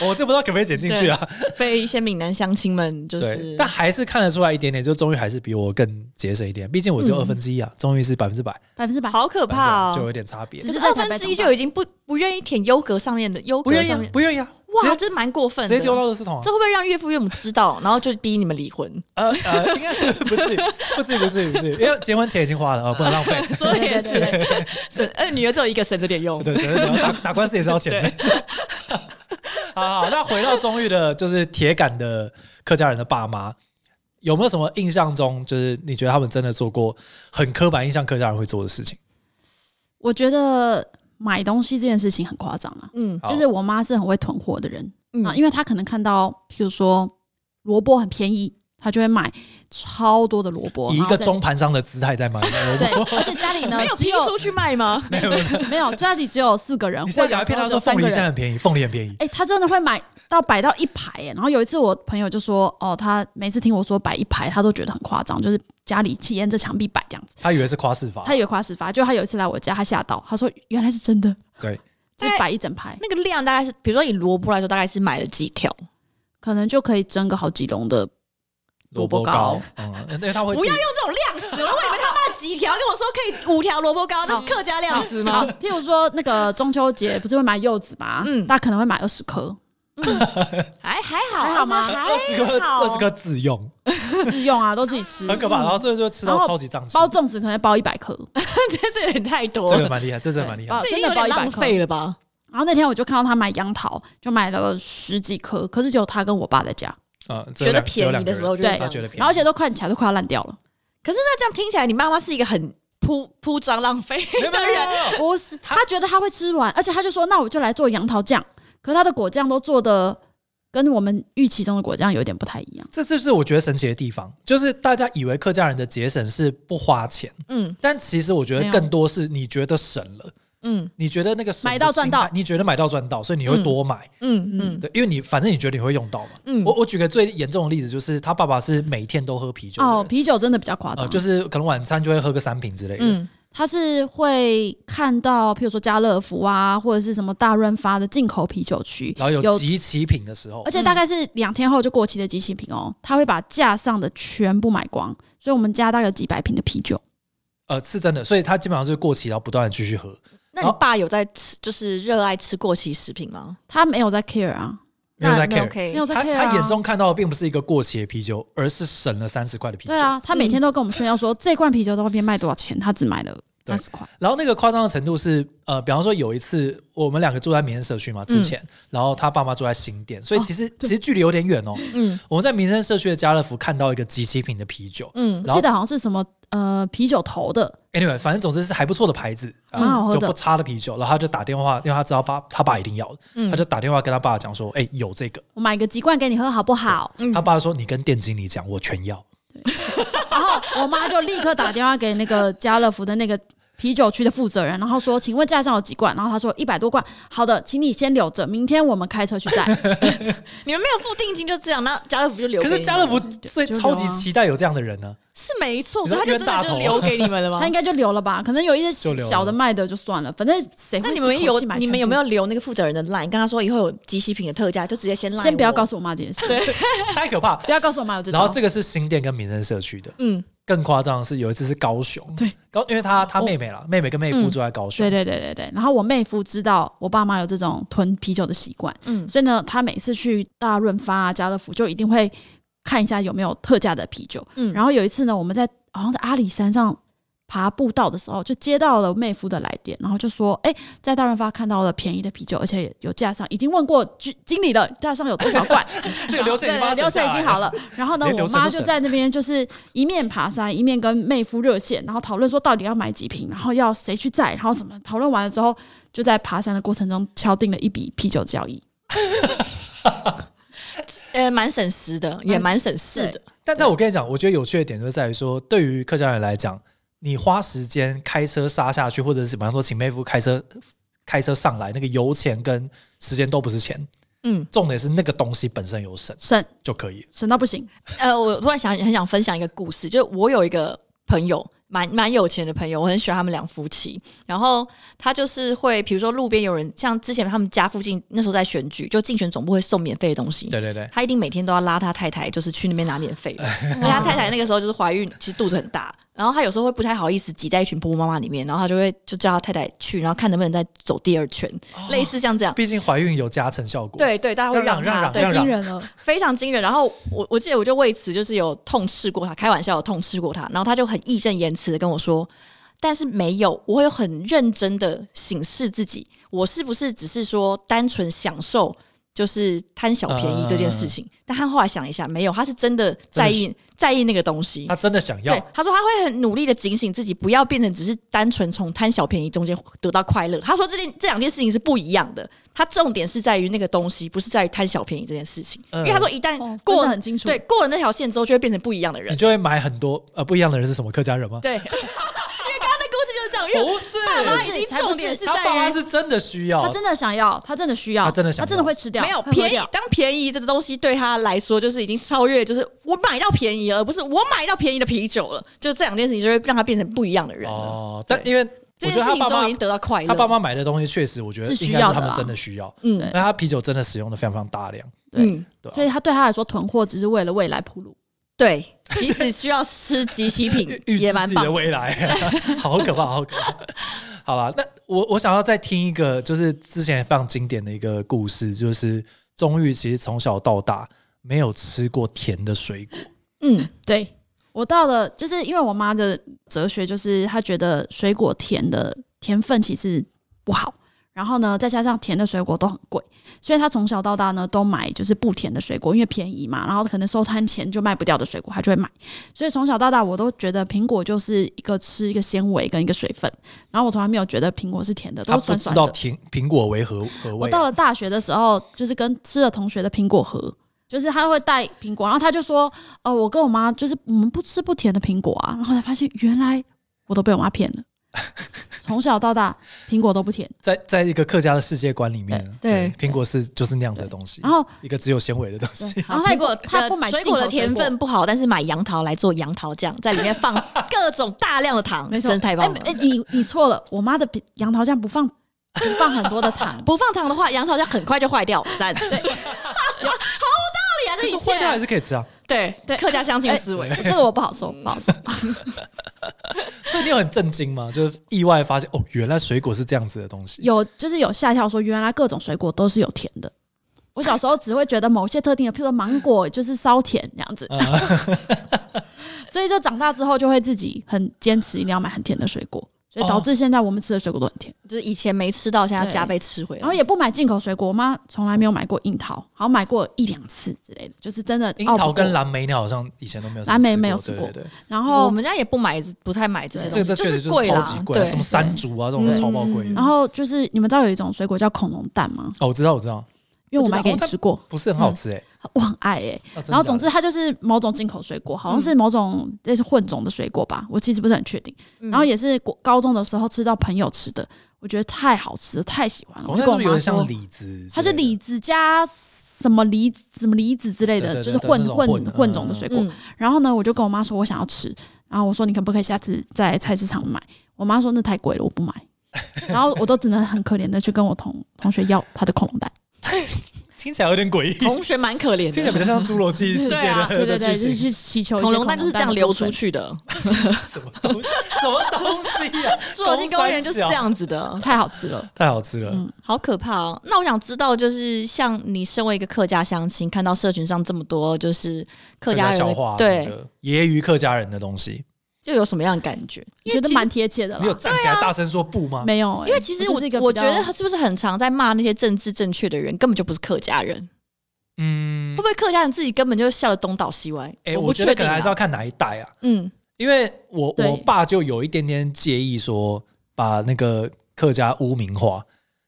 [SPEAKER 1] 我这不知道可不可以剪进去
[SPEAKER 2] (laughs)
[SPEAKER 1] 啊？
[SPEAKER 2] (laughs) 被一些闽南乡亲们就
[SPEAKER 1] 对，
[SPEAKER 2] 是
[SPEAKER 1] 但还是看得出来一点点，就终于还是比我更节省一点，毕竟我只有二分之一啊，终于是百分之百，
[SPEAKER 3] 百分之百。
[SPEAKER 2] 好可嗯怕
[SPEAKER 1] 就有
[SPEAKER 2] 哦，
[SPEAKER 1] 点差别
[SPEAKER 3] 只。
[SPEAKER 2] 可是
[SPEAKER 3] 在
[SPEAKER 2] 二
[SPEAKER 3] 台
[SPEAKER 2] 分
[SPEAKER 3] 北
[SPEAKER 2] 之一
[SPEAKER 3] 长
[SPEAKER 2] 就已经不不愿意舔优格上面的优
[SPEAKER 1] 不
[SPEAKER 2] 格
[SPEAKER 1] 愿
[SPEAKER 2] 上
[SPEAKER 1] 意啊，
[SPEAKER 2] 面，
[SPEAKER 1] 不愿意啊！
[SPEAKER 2] 哇，
[SPEAKER 1] 直接
[SPEAKER 2] 这蛮过分
[SPEAKER 1] 直
[SPEAKER 2] 的，
[SPEAKER 1] 接丢到垃圾桶啊
[SPEAKER 2] 这！会不会让岳父岳母知道，然后就逼你们离婚？
[SPEAKER 1] 呃呃，应该是不至于，不至于，不至于，不至于，因为结婚钱已经花了啊，不能浪费。
[SPEAKER 2] (laughs) 说的也
[SPEAKER 3] 对对
[SPEAKER 2] (laughs) 是，省，呃，女儿只有一个，省着点用。
[SPEAKER 1] 哦对，省得打打官司也是要钱的。 (laughs) 好好，那回到钟玉的，就是铁杆的客家人的爸妈，有没有什么印象中，就是你觉得他们真的做过很刻板印象客家人会做的事情？
[SPEAKER 3] 我觉得买东西这件事情很夸张啊，
[SPEAKER 2] 嗯
[SPEAKER 1] 好
[SPEAKER 3] 就是我妈是很会囤货的人啊，
[SPEAKER 2] 嗯，
[SPEAKER 3] 因为她可能看到，譬如说萝卜很便宜，她就会买超多的萝卜，
[SPEAKER 1] 以一
[SPEAKER 3] 然后
[SPEAKER 1] 个
[SPEAKER 3] 再
[SPEAKER 1] 中盘商的姿态在买，
[SPEAKER 3] 对，而且家里呢
[SPEAKER 2] 没有
[SPEAKER 3] 只
[SPEAKER 2] 批
[SPEAKER 3] 有
[SPEAKER 2] 出去卖吗？
[SPEAKER 1] 没有，没有没有
[SPEAKER 3] 没有家里只有四个人，
[SPEAKER 1] 你现在赶快
[SPEAKER 3] 或者
[SPEAKER 1] 骗他
[SPEAKER 3] 只有
[SPEAKER 1] 说
[SPEAKER 3] 三
[SPEAKER 1] 凤梨
[SPEAKER 3] 个
[SPEAKER 1] 现在
[SPEAKER 3] 人。
[SPEAKER 1] 很便宜，凤梨很便宜。
[SPEAKER 3] 哎、她真的会买到摆到一排耶。然后有一次我朋友就说，哦，他每次听我说摆一排，他都觉得很夸张，就是家里沿着墙壁摆这样子。
[SPEAKER 1] 他以为是夸饰法
[SPEAKER 3] 他，以为夸始发，就他有一次来我家，他吓到，他说原来是真的，
[SPEAKER 1] 对，
[SPEAKER 2] 哎
[SPEAKER 3] 就是摆一整排，
[SPEAKER 2] 那个量大概是，比如说以萝卜来说，大概是买了几条？
[SPEAKER 3] 可能就可以蒸个好几笼的萝卜糕。，
[SPEAKER 1] 嗯，因为他会
[SPEAKER 2] 不要
[SPEAKER 1] 自己
[SPEAKER 2] 用这种量词，我以为他卖几条，跟我说可以五条萝卜糕，那是客家量词
[SPEAKER 3] 啊
[SPEAKER 2] 吗？，
[SPEAKER 3] 譬如说那个中秋节不是会买柚子吗？嗯，
[SPEAKER 2] 嗯
[SPEAKER 3] 大家可能会买二十颗
[SPEAKER 2] 还还好，
[SPEAKER 3] 还好吗
[SPEAKER 1] 二
[SPEAKER 2] 还
[SPEAKER 1] 十颗
[SPEAKER 2] 好 (laughs)
[SPEAKER 1] 二十颗自用，
[SPEAKER 3] 自用啊，都自己吃。
[SPEAKER 1] 很可怕。然后这就吃到
[SPEAKER 3] 然后
[SPEAKER 1] 超级胀气，
[SPEAKER 3] 包粽子可能包一百颗，
[SPEAKER 2] 这这有点太多
[SPEAKER 1] 这个
[SPEAKER 2] 了，
[SPEAKER 1] 蛮厉害，这真的蛮厉害
[SPEAKER 3] 对。
[SPEAKER 2] 这已经有点浪费了吧？
[SPEAKER 3] 然后那天我就看到他买杨桃，就买了十几颗，可是只有他跟我爸在家，
[SPEAKER 1] 嗯，只有
[SPEAKER 2] 觉得
[SPEAKER 1] 两只有
[SPEAKER 2] 便
[SPEAKER 1] 两
[SPEAKER 2] 宜
[SPEAKER 1] 个
[SPEAKER 2] 的
[SPEAKER 1] 人
[SPEAKER 2] 时候就
[SPEAKER 3] 对
[SPEAKER 2] 是这
[SPEAKER 1] 他
[SPEAKER 2] 样
[SPEAKER 1] 觉得便宜，
[SPEAKER 3] 然后而且都看起来都快要烂掉了。
[SPEAKER 2] 可是那这样听起来，你妈妈是一个很铺铺张浪费
[SPEAKER 1] 没有没
[SPEAKER 2] 的
[SPEAKER 1] 有没有
[SPEAKER 2] 人。
[SPEAKER 1] 没有
[SPEAKER 3] 不是，他觉得他会吃完，而且他就说那我就来做杨桃酱，可是他的果酱都做的跟我们预期中的果酱有点不太一样。
[SPEAKER 1] 这就是我觉得神奇的地方，就是大家以为客家人的节省是不花钱，
[SPEAKER 2] 嗯
[SPEAKER 1] 但其实我觉
[SPEAKER 3] 没
[SPEAKER 1] 得
[SPEAKER 3] 有
[SPEAKER 1] 更多是你觉得省了，
[SPEAKER 2] 嗯
[SPEAKER 1] 你觉得那个省的
[SPEAKER 3] 买到赚到
[SPEAKER 1] 心态你觉得买到赚到，所以你会多买，
[SPEAKER 2] 嗯嗯
[SPEAKER 1] 对，因为你反正你觉得你会用到嘛。
[SPEAKER 2] 嗯
[SPEAKER 1] 我我举个最严重的例子，就是他爸爸是每天都喝啤酒的人
[SPEAKER 3] 哦，啤酒真的比较夸张、
[SPEAKER 1] 呃，就是可能晚餐就会喝个三瓶之类的。
[SPEAKER 2] 嗯
[SPEAKER 3] 他是会看到，譬如说家乐福啊，或者是什么大润发的进口啤酒区，
[SPEAKER 1] 然后有集齐品的时候
[SPEAKER 3] 而，且大概是两天后就过期的机器瓶哦，他会把架上的全部买光，所以我们家大概有几百瓶的啤酒，
[SPEAKER 1] 呃，是真的，所以他基本上就是过期，然后不断的继续喝。
[SPEAKER 2] 那你爸有在吃，就是热爱吃过期食品吗？
[SPEAKER 3] 他没有在 care 啊，
[SPEAKER 1] 没有在
[SPEAKER 2] 那
[SPEAKER 1] care，、
[SPEAKER 2] OK，
[SPEAKER 3] 没有在
[SPEAKER 1] 他
[SPEAKER 3] care 啊、
[SPEAKER 1] 他眼中看到的并不是一个过期的啤酒，而是省了三十块的啤酒。嗯
[SPEAKER 3] 对啊，他每天都跟我们炫耀说、这罐啤酒在外面卖多少钱，他只买了三十块，
[SPEAKER 1] 然后那个夸张的程度是，呃，比方说有一次我们两个住在民生社区嘛，之前，然后他爸妈住在新店，所以其实、其实距离有点远哦。
[SPEAKER 2] 嗯
[SPEAKER 1] 我们在民生社区的家乐福看到一个集齐品的啤酒
[SPEAKER 2] 嗯
[SPEAKER 1] 然
[SPEAKER 3] 我
[SPEAKER 1] 后
[SPEAKER 3] 记得好像是什么呃啤酒头的，
[SPEAKER 1] ，anyway，反正总之是还不错的牌子，啊
[SPEAKER 3] 蛮好喝
[SPEAKER 1] 有
[SPEAKER 3] 的
[SPEAKER 1] 不差的啤酒。然后他就打电话，因为他知道爸他爸一定要，
[SPEAKER 2] 嗯
[SPEAKER 1] 他就打电话跟他爸讲说，哎、有这个。
[SPEAKER 3] 我买个几罐给你喝好不好？
[SPEAKER 2] 嗯
[SPEAKER 1] 他爸说：“你跟店经理讲，我全要。
[SPEAKER 3] 然后我妈就立刻打电话给那个家乐福的那个啤酒区的负责人，然后说：“请问架上有几罐？”然后他说：“一百多罐。”好的，请你先留着，明天我们开车去载。
[SPEAKER 2] 你们没有付定金就这样，那家乐福就留给
[SPEAKER 1] 可
[SPEAKER 2] 你们。
[SPEAKER 1] 是家乐福最
[SPEAKER 3] 就有啊
[SPEAKER 1] 超级期待有这样的人呢、
[SPEAKER 2] 是没错，
[SPEAKER 1] 你
[SPEAKER 2] 所
[SPEAKER 1] 说
[SPEAKER 2] 以他就真的
[SPEAKER 1] 冤大
[SPEAKER 2] 就
[SPEAKER 1] 头啊
[SPEAKER 2] 留给你们了吗
[SPEAKER 3] (laughs) 他应？该就留了吧？可能有一
[SPEAKER 1] 就留
[SPEAKER 3] 些
[SPEAKER 1] 了
[SPEAKER 3] 小的卖的就算了，反正谁会
[SPEAKER 2] 那你们有
[SPEAKER 3] 一口气买
[SPEAKER 2] 你们有没
[SPEAKER 3] 全
[SPEAKER 2] 有留那个负责人的 line，跟他说以后有机器品的特价，就直接先
[SPEAKER 3] 部？
[SPEAKER 1] (laughs)
[SPEAKER 2] line。
[SPEAKER 3] 先不要告
[SPEAKER 2] 诉，
[SPEAKER 3] 诉我妈这件事，
[SPEAKER 1] 太可怕。
[SPEAKER 3] 不要告诉我妈有这招。
[SPEAKER 1] 然后这个是新店跟民生社区的，
[SPEAKER 2] 嗯，
[SPEAKER 1] 更夸张的是有一次是高雄，
[SPEAKER 3] 对，哦嗯
[SPEAKER 1] 高因为他他妹妹啦，妹妹跟妹夫住在高雄，
[SPEAKER 3] 对对对对对。然后我妹夫知道我爸妈有这种囤啤酒的习惯，
[SPEAKER 2] 嗯
[SPEAKER 3] 所以呢，他每次去大润发啊、家乐福就一定会看一下有没有特价的啤酒。
[SPEAKER 2] 嗯
[SPEAKER 3] 然后有一次呢，我们在好像在阿里山上爬步道的时候，就接到了妹夫的来电，然后就说：“哎、在大润发看到了便宜的啤酒，而且有架上，已经问过经经理了，架上有多少罐？
[SPEAKER 1] 这个流程已经
[SPEAKER 3] 啊对
[SPEAKER 1] 帮他
[SPEAKER 3] 流
[SPEAKER 1] 省
[SPEAKER 3] 水已
[SPEAKER 1] 下来
[SPEAKER 3] 经
[SPEAKER 1] 了哎
[SPEAKER 3] 好了。然后呢，
[SPEAKER 1] 连
[SPEAKER 3] 我
[SPEAKER 1] 流程
[SPEAKER 3] 妈
[SPEAKER 1] 都
[SPEAKER 3] 就
[SPEAKER 1] 省
[SPEAKER 3] 在那边就是一面爬山，一面跟妹夫热线，然后讨论说到底要买几瓶，然后要谁去载，然后什么。讨论完了之后，就在爬山的过程中敲定了一笔啤酒交易。
[SPEAKER 2] 呃，蛮省时的，
[SPEAKER 3] 嗯
[SPEAKER 2] 也蛮省事的。
[SPEAKER 1] 但但我跟你讲，我觉得有趣的点就在于说，对于客家人来讲，你花时间开车杀下去，或者是比方说请妹夫开车开车上来，那个油钱跟时间都不是钱，
[SPEAKER 2] 嗯，
[SPEAKER 1] 重点是那个东西本身有省
[SPEAKER 3] 省
[SPEAKER 1] 就可以了。
[SPEAKER 3] 省到不行，
[SPEAKER 2] 呃，我突然想很想分享一个故事，就是我有一个朋友，蛮蛮有钱的朋友，我很喜欢他们两夫妻。然后他就是会，比如说路边有人，像之前他们家附近那时候在选举，就竞选总部会送免费的东西。
[SPEAKER 1] 对对对，
[SPEAKER 2] 他一定每天都要拉他太太，就是去那边拿免费的。因为他太太那个时候就是怀孕，其实肚子很大，然后他有时候会不太好意思挤在一群婆婆妈妈里面，然后他就会就叫他太太去，然后看能不能再走第二圈，类似像这样。
[SPEAKER 1] 毕竟怀孕有加成效果。，
[SPEAKER 2] 对对，大家会
[SPEAKER 1] 让
[SPEAKER 2] 让
[SPEAKER 1] 让
[SPEAKER 2] 他，
[SPEAKER 1] 让
[SPEAKER 2] 对
[SPEAKER 1] 让，
[SPEAKER 3] 惊人了。
[SPEAKER 2] 非常惊人。然后我我记得我就为此就是有痛斥过他，开玩笑有痛斥过他，然后他就很义正言辞的跟我说，但是没有，我有很认真的审视自己，我是不是只是说单纯享受。就是贪小便宜这件事情，但他后来想一下，没有，他是真的在意在意那个东西。
[SPEAKER 1] 他真的想
[SPEAKER 2] 对
[SPEAKER 1] 要，，
[SPEAKER 2] 他说他会很努力的警醒自己，不要变成只是单纯从贪小便宜中间得到快乐。他说这件这两件事情是不一样的，他重点是在于那个东西，不是在于贪小便宜这件事情。
[SPEAKER 1] 嗯
[SPEAKER 2] 因为他说一旦
[SPEAKER 3] 哦，过
[SPEAKER 2] 过
[SPEAKER 3] 得
[SPEAKER 2] 了、
[SPEAKER 3] 很清楚。
[SPEAKER 2] 对，过了那条线之后，就会变成不一样的
[SPEAKER 1] (laughs) 你
[SPEAKER 2] 人。
[SPEAKER 1] 就会买很多呃不一样的人是什么客家人吗？
[SPEAKER 2] 对，因为刚刚那故事就是这样，因为
[SPEAKER 1] 不是，
[SPEAKER 2] 他
[SPEAKER 3] 是
[SPEAKER 2] 已经
[SPEAKER 3] 才不
[SPEAKER 2] 重点
[SPEAKER 3] 是
[SPEAKER 1] 他爸
[SPEAKER 2] 在
[SPEAKER 1] 妈
[SPEAKER 2] 于。
[SPEAKER 1] 是真的需
[SPEAKER 3] 他
[SPEAKER 1] 要，
[SPEAKER 3] 真的想要，他真的需要，
[SPEAKER 1] 他真的想要
[SPEAKER 3] 他真的会吃掉，
[SPEAKER 2] 没有
[SPEAKER 3] 他会喝
[SPEAKER 2] 便宜
[SPEAKER 3] 掉，
[SPEAKER 2] 当便宜这个东西对他来说，就是已经超越，就是我买到便宜了，而不是我买到便宜的啤酒了。就这两件事情，就会让他变成不一样的人了。
[SPEAKER 1] 哦，但因为
[SPEAKER 2] 这
[SPEAKER 1] 我觉
[SPEAKER 2] 件
[SPEAKER 1] 得
[SPEAKER 2] 事
[SPEAKER 1] 他
[SPEAKER 2] 情
[SPEAKER 1] 爸
[SPEAKER 2] 中已经
[SPEAKER 1] 妈
[SPEAKER 2] 得到快乐。
[SPEAKER 1] 他爸妈买的东西确实，我觉得
[SPEAKER 3] 是需
[SPEAKER 1] 应该是
[SPEAKER 3] 要的
[SPEAKER 1] 他们
[SPEAKER 3] 啦
[SPEAKER 1] 真的需要，
[SPEAKER 2] 嗯
[SPEAKER 3] 对
[SPEAKER 1] 那他啤酒真的使用的非常非常大量，
[SPEAKER 3] 对，
[SPEAKER 1] 对吧
[SPEAKER 3] 所以他对他来说囤货只是为了未来铺路。
[SPEAKER 2] 对，即使需要吃集体 (laughs) 品
[SPEAKER 1] 预
[SPEAKER 2] 也
[SPEAKER 1] 知
[SPEAKER 2] 蛮
[SPEAKER 1] 自己
[SPEAKER 2] 棒
[SPEAKER 1] 的。未来， (laughs) 好可怕，好可怕。好了，那我我想要再听一个，就是之前非常经典的一个故事，就是钟玉其实从小到大没有吃过甜的水果，
[SPEAKER 2] 嗯，
[SPEAKER 3] 对我到了，就是因为我妈的哲学就是她觉得水果甜的甜分其实不好，然后呢再加上甜的水果都很贵，所以她从小到大呢都买就是不甜的水果，因为便宜嘛，然后可能收摊前就卖不掉的水果她就会买，所以从小到大我都觉得苹果就是一个吃一个纤维跟一个水分，然后我从来没有觉得苹果是甜的，都
[SPEAKER 1] 他
[SPEAKER 3] 是
[SPEAKER 1] 不
[SPEAKER 3] 酸
[SPEAKER 1] 知
[SPEAKER 3] 酸
[SPEAKER 1] 道
[SPEAKER 3] 的。
[SPEAKER 1] 苹苹果为何何
[SPEAKER 3] 我
[SPEAKER 1] 味啊、
[SPEAKER 3] 到了大学的时候，就是跟吃了同学的苹果盒，就是他会带苹果，然后他就说：“呃，我跟我妈就是我们不吃不甜的苹果啊。”然后才发现原来我都被我妈骗了。从小到大，苹果都不甜。
[SPEAKER 1] 在在一个客家的世界观里面，啊
[SPEAKER 2] 对
[SPEAKER 1] 苹果是就是那样子的东西，
[SPEAKER 3] 然后，
[SPEAKER 1] 一个只有纤维的东西。 (laughs)
[SPEAKER 3] 然后他也
[SPEAKER 2] 苹果呃
[SPEAKER 3] 他不买
[SPEAKER 2] 水
[SPEAKER 3] 进
[SPEAKER 2] 果
[SPEAKER 3] 口
[SPEAKER 2] 的甜分，不好，但是买杨桃来做杨桃酱，在里面放各种大量的糖，
[SPEAKER 3] 没错，
[SPEAKER 2] 真的太棒了。，
[SPEAKER 3] 哎、哎你你错了，我妈的苹杨桃酱不放不放很多的糖
[SPEAKER 2] (laughs) 不放糖的话，杨桃酱很快就坏掉。赞，对， (laughs) 好有
[SPEAKER 1] 可是坏掉还
[SPEAKER 2] 道理啊，这一切。
[SPEAKER 1] 是可以吃啊，
[SPEAKER 2] 对哎
[SPEAKER 3] 对
[SPEAKER 2] 客家相亲思维，
[SPEAKER 3] 哎这个我不好说，不好说。
[SPEAKER 1] 所以你有很震惊吗？就是意外发现哦，原来水果是这样子的东西。
[SPEAKER 3] 有就是有吓一跳，说原来各种水果都是有甜的。我小时候只会觉得某些特定的，譬如说芒果就是稍甜这样子，
[SPEAKER 1] 嗯
[SPEAKER 3] (laughs) 所以就长大之后就会自己很坚持一定要买很甜的水果，所以导
[SPEAKER 1] 哦
[SPEAKER 3] 致现在我们吃的水果都很甜，
[SPEAKER 2] 就是以前没吃到，现在要加倍吃
[SPEAKER 1] 啊
[SPEAKER 2] 回来。
[SPEAKER 3] 然后也不买进口水果。我妈从来没有买过樱桃，好像买过一两次之类的，就是真的
[SPEAKER 1] 樱
[SPEAKER 3] 哦拗不
[SPEAKER 1] 桃
[SPEAKER 3] 过
[SPEAKER 1] 跟蓝莓，你好像以前都没有什么
[SPEAKER 3] 蓝莓
[SPEAKER 1] 吃
[SPEAKER 3] 没有吃
[SPEAKER 1] 对
[SPEAKER 3] 过
[SPEAKER 1] 对对
[SPEAKER 3] 然
[SPEAKER 2] 我
[SPEAKER 3] 后
[SPEAKER 2] 们家也不买，不太买这些
[SPEAKER 1] 这
[SPEAKER 2] 东
[SPEAKER 1] 个
[SPEAKER 2] 西，
[SPEAKER 1] 确实
[SPEAKER 2] 是
[SPEAKER 1] 就是超级
[SPEAKER 2] 啦，
[SPEAKER 1] 贵啊，
[SPEAKER 2] 对，
[SPEAKER 1] 什么山竹啊这种
[SPEAKER 2] 嗯
[SPEAKER 1] 都超爆贵的。
[SPEAKER 3] 然后就是你们知道有一种水果叫恐龙蛋吗？
[SPEAKER 1] 哦，我知道，我知道，
[SPEAKER 3] 因为我
[SPEAKER 1] 不知道
[SPEAKER 3] 买给你
[SPEAKER 1] 哦但
[SPEAKER 3] 吃过，
[SPEAKER 1] 不是很好吃哎、
[SPEAKER 3] 我很爱哎、
[SPEAKER 1] 啊真的
[SPEAKER 3] 嗯
[SPEAKER 1] 嗯
[SPEAKER 3] 然后总
[SPEAKER 1] 假
[SPEAKER 3] 之它就是某种进口水果，好像是某种类似混种的水果吧，我其实不是很确定。
[SPEAKER 2] 嗯
[SPEAKER 3] 然后也是国高中的时候吃到朋友吃的，我觉得太好吃了，太喜欢
[SPEAKER 1] 的
[SPEAKER 3] 了，
[SPEAKER 1] 好
[SPEAKER 3] 我就
[SPEAKER 1] 像
[SPEAKER 3] 跟
[SPEAKER 1] 是
[SPEAKER 3] 我
[SPEAKER 1] 不是有
[SPEAKER 3] 妈
[SPEAKER 1] 点像
[SPEAKER 3] 说，
[SPEAKER 1] 李子之类的？
[SPEAKER 3] 它是李子加什么梨什么梨子之类的，
[SPEAKER 1] 对对对
[SPEAKER 3] 就是混
[SPEAKER 1] 那种混
[SPEAKER 3] 混
[SPEAKER 1] 的
[SPEAKER 3] 混种的水果。
[SPEAKER 2] 嗯
[SPEAKER 3] 然后呢，我就跟我妈说我想要吃，然后我说你可不可以下次在菜市场买？我妈说那太贵了，我不买。然后我都只能很可怜的去跟我同同学要他的恐
[SPEAKER 1] (laughs)
[SPEAKER 3] 龙蛋，
[SPEAKER 1] 听起来有点诡异，
[SPEAKER 2] 同学蛮可怜
[SPEAKER 1] (laughs) 听起来比较
[SPEAKER 2] 的，
[SPEAKER 1] 像侏罗纪世界
[SPEAKER 2] 对
[SPEAKER 1] 的
[SPEAKER 2] 啊
[SPEAKER 3] 对对对，
[SPEAKER 1] 的
[SPEAKER 3] (laughs) 就
[SPEAKER 1] 剧
[SPEAKER 3] 是
[SPEAKER 1] 情，
[SPEAKER 3] 去祈求一些
[SPEAKER 2] 恐龙蛋就是这样流出
[SPEAKER 3] 的部分。
[SPEAKER 2] 去 (laughs) 的。
[SPEAKER 1] (laughs) 什么东西？什么东西
[SPEAKER 3] (laughs)
[SPEAKER 1] 呀、
[SPEAKER 2] 侏罗纪公园就是这样子的，
[SPEAKER 3] 太好吃了，
[SPEAKER 1] 太好吃了。
[SPEAKER 3] 嗯
[SPEAKER 2] 好可怕哦。那我想知道，就是像你身为一个客家乡亲，看到社群上这么多就是客家人
[SPEAKER 1] 笑
[SPEAKER 2] 的
[SPEAKER 1] 话啊什
[SPEAKER 2] 对
[SPEAKER 1] 么，的，揶揄客家人的东西，
[SPEAKER 2] 又有什么样的感觉？因
[SPEAKER 3] 觉
[SPEAKER 2] 为其
[SPEAKER 3] 得
[SPEAKER 2] 实
[SPEAKER 3] 蛮贴切的
[SPEAKER 1] 你有
[SPEAKER 3] 啦。
[SPEAKER 1] 站起来大声说不吗？
[SPEAKER 3] 啊没有欸、
[SPEAKER 2] 因为其实
[SPEAKER 3] 就
[SPEAKER 2] 我
[SPEAKER 3] 是一个
[SPEAKER 2] 我
[SPEAKER 3] 比
[SPEAKER 2] 觉
[SPEAKER 3] 较
[SPEAKER 2] 得他是不是很常在骂那些政治正确的人，根本就不是客家人？
[SPEAKER 1] 嗯
[SPEAKER 2] 会不，会客家人自己根本就笑得东倒西歪？
[SPEAKER 1] 哎、
[SPEAKER 2] 我
[SPEAKER 1] 我
[SPEAKER 2] 不
[SPEAKER 1] 觉得
[SPEAKER 2] 确
[SPEAKER 1] 可
[SPEAKER 2] 定
[SPEAKER 1] 能
[SPEAKER 2] 啊。
[SPEAKER 1] 还是要看哪一代啊，
[SPEAKER 2] 嗯，
[SPEAKER 1] 因为我
[SPEAKER 3] 对
[SPEAKER 1] 我爸就有一点点介意说把那个客家污名化，